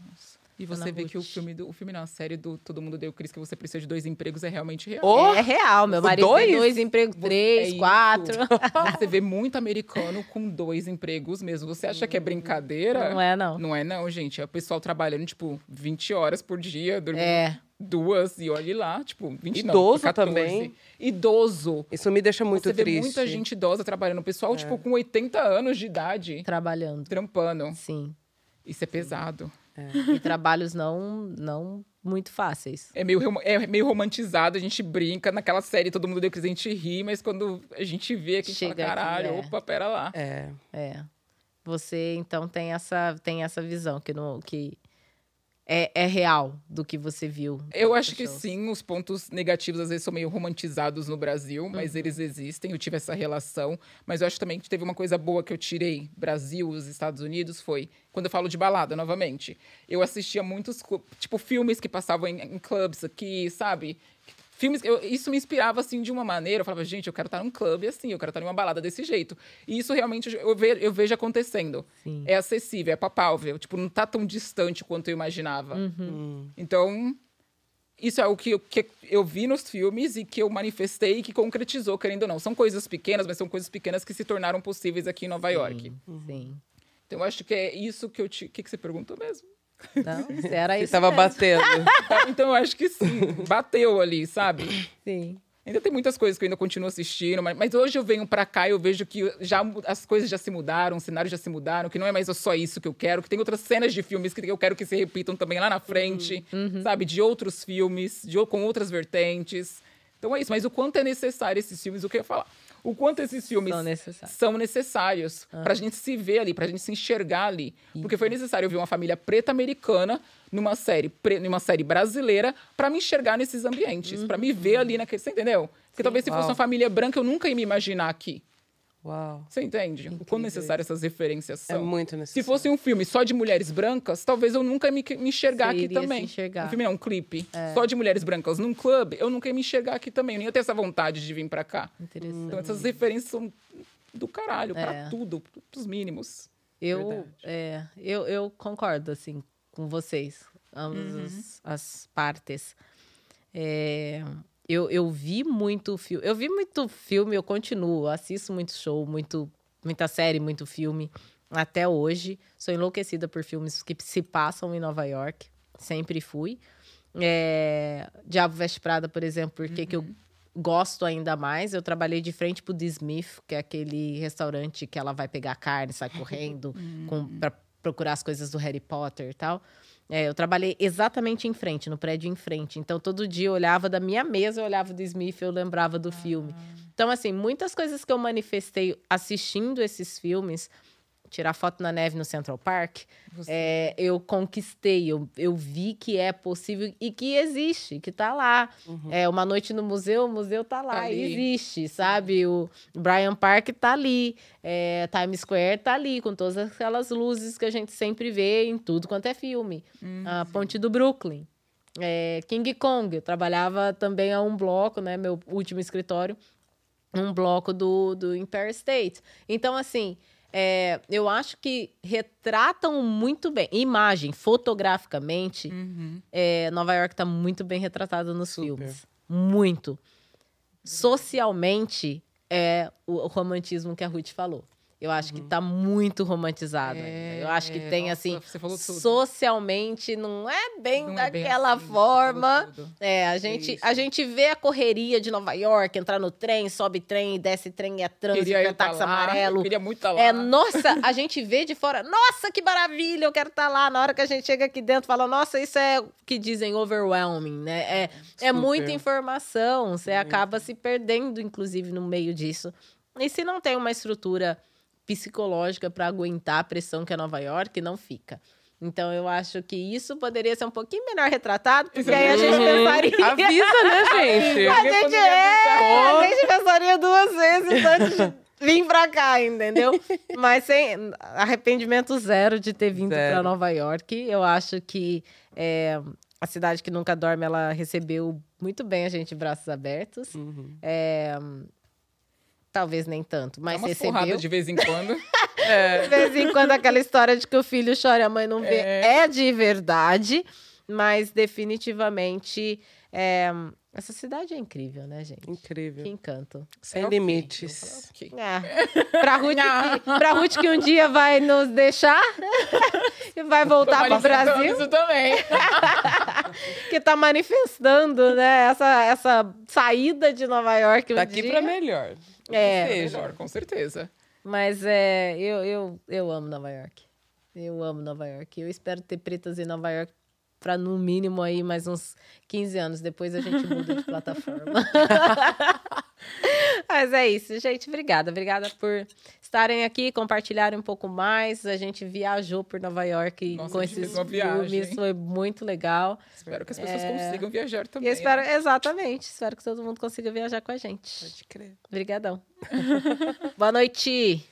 E você Ana vê que o Ruth. filme, do, o filme não, a série do Todo Mundo Deu Cris, que você precisa de dois empregos, é realmente real. Oh! é real, meu o marido tem dois? dois empregos, Você- é três, isso. quatro. Você vê muito americano com dois empregos mesmo. Você acha que é brincadeira? Não é, não. Não é não, gente. É o pessoal trabalhando, tipo, 20 horas por dia, dormindo É. duas e olhe lá, tipo, 20 não, Idoso 14. também. Idoso. Isso me deixa muito Você vê triste. muita gente idosa trabalhando. O pessoal, tipo, com 80 anos de idade, Trabalhando. trampando. Sim. Isso é pesado. E trabalhos não, não muito fáceis. É meio, rom- é meio romantizado, a gente brinca naquela série, todo mundo deu crise, a gente ri, mas quando a gente vê aqui, a gente fala, Chega aqui, caralho, é. opa, pera lá. É. É. Você então tem essa tem essa visão que não que é, é real do que você viu. Eu das acho que pessoas. sim, os pontos negativos às vezes são meio romantizados no Brasil, Uhum. mas eles existem, eu tive essa relação. Mas eu acho também que teve uma coisa boa que eu tirei Brasil, os Estados Unidos, foi quando eu falo de balada novamente. Eu assistia muitos, cu- tipo, filmes que passavam em, em clubs aqui, sabe? Filmes, eu- isso me inspirava assim de uma maneira. Eu falava, gente, eu quero estar num clube assim, eu quero estar numa balada desse jeito. E isso realmente eu, ve- eu vejo acontecendo. Sim. É acessível, é papável. Tipo, não tá tão distante quanto eu imaginava. Então, isso é o que eu, que eu vi nos filmes e que eu manifestei e que concretizou, querendo ou não. São coisas pequenas, mas são coisas pequenas que se tornaram possíveis aqui em Nova York. Sim. Então, eu acho que é isso que eu te... O que, que você perguntou mesmo? Não, É era Ele isso. tava mesmo. batendo. então, eu acho que sim. Bateu ali, sabe? Sim. Ainda tem muitas coisas que eu ainda continuo assistindo, mas, mas hoje eu venho pra cá e eu vejo que já, mu- as coisas já se mudaram, os cenários já se mudaram, que não é mais só isso que eu quero, que tem outras cenas de filmes que eu quero que se repitam também lá na frente, sabe? De outros filmes, de ou- com outras vertentes. Então é isso, mas o quanto é necessário esses filmes, o que eu ia falar? O quanto esses filmes São necessários. são necessários Ah. pra gente se ver ali, pra gente se enxergar ali. Porque Uhum. foi necessário eu ver uma família preta americana numa série, pre- numa série brasileira pra me enxergar nesses ambientes, pra me ver Uhum. ali naquele, você entendeu? Porque talvez se fosse Uau. uma família branca eu nunca ia me imaginar aqui. Uau. Você entende? O quão necessárias essas referências É são. muito Se necessário. fosse um filme só de mulheres brancas, talvez eu nunca me, me enxergar Você aqui iria se também. enxergar. É. Um filme não, um clipe. Só de mulheres brancas num clube, eu nunca ia me enxergar aqui também. Eu nem ia ter essa vontade de vir pra cá. Interessante. Então essas referências são do caralho, É. pra tudo, pros mínimos. Eu, Verdade. é, eu, eu concordo, assim, com vocês, ambas as, as partes. É, eu, eu vi muito filme, eu vi muito filme, eu continuo, assisto muito show, muito, muita série, muito filme, até hoje. Sou enlouquecida por filmes que se passam em Nova York, sempre fui. É, Diabo Veste Prada, por exemplo, porque que eu gosto ainda mais. Eu trabalhei de frente pro The Smith, que é aquele restaurante que ela vai pegar carne, sai correndo com, pra procurar as coisas do Harry Potter e tal. É, eu trabalhei exatamente em frente, no prédio em frente. Então, todo dia eu olhava da minha mesa, eu olhava do Smith, eu lembrava do filme. Então, assim, muitas coisas que eu manifestei assistindo esses filmes, tirar foto na neve no Central Park, Você- é, eu conquistei, eu, eu vi que é possível e que existe, que tá lá. É, uma noite no museu, o museu tá lá, Uhum. Tá ali. existe, sabe? O Bryant Park tá ali, é, Times Square tá ali, com todas aquelas luzes que a gente sempre vê em tudo quanto é filme. Hum. A Ponte do Brooklyn. é, King Kong, eu trabalhava também a um bloco, né? Meu último escritório, um bloco do, do Empire State. Então, assim, é, eu acho que retratam muito bem, imagem, fotograficamente, Uhum. é, Nova York tá muito bem retratada nos Super. filmes. Muito. Socialmente, é o o romantismo que a Ruth falou. Eu acho que tá muito romantizado. ainda. Eu acho que Uhum. É, tem, nossa, assim, Você falou tudo. socialmente não é bem Não é bem daquela assim, você falou forma. tudo. É, a gente, isso. a gente vê a correria de Nova York, entrar no trem, sobe trem, desce trem, é trânsito, Queria é eu tá táxi lá, amarelo. Queria muito estar tá lá. É, nossa, a gente vê de fora, nossa, que maravilha, eu quero estar lá. Na hora que a gente chega aqui dentro, fala, nossa, isso é o que dizem overwhelming, né? É, é Super. muita informação, você acaba se perdendo, inclusive, no meio disso. E se não tem uma estrutura psicológica para aguentar a pressão que é Nova York, não fica. Então, eu acho que isso poderia ser um pouquinho melhor retratado, porque aí a gente pensaria... Avisa, né, gente? A gente é, avisar. a gente pensaria duas vezes antes de vir pra cá, entendeu? Mas sem arrependimento zero de ter vindo Zero. pra Nova York. Eu acho que é, a cidade que nunca dorme, ela recebeu muito bem a gente de braços abertos. Uhum. É, talvez nem tanto, Dá mas umas recebeu. porradas É de vez em quando. É. De vez em quando, aquela história de que o filho chora e a mãe não vê é, de verdade, mas definitivamente é, essa cidade é incrível, né, gente? Que Incrível. encanto. Sem É ok. Eu vou falar, limites. ok. É. Pra, Ruth, que, pra Ruth que um dia vai nos deixar e vai voltar pro Manifestando Brasil, Isso também. que tá manifestando, né? Essa, essa saída de Nova York. Um Daqui dia. pra melhor. É. Que seja. Melhor, com certeza. Mas é, eu, eu, eu amo Nova York. Eu amo Nova York. Eu espero ter pretas em Nova York pra no mínimo aí mais uns 15 anos. Depois a gente muda de plataforma. Mas é isso, gente. Obrigada. Obrigada por estarem aqui, compartilharem um pouco mais. A gente viajou por Nova York Nossa, com a gente esses fez uma viagem, filmes. hein? Foi muito legal. Espero que as pessoas consigam viajar É. E também. eu espero, exatamente, espero que todo mundo consiga viajar com a gente. Pode crer. Obrigadão. Boa noite.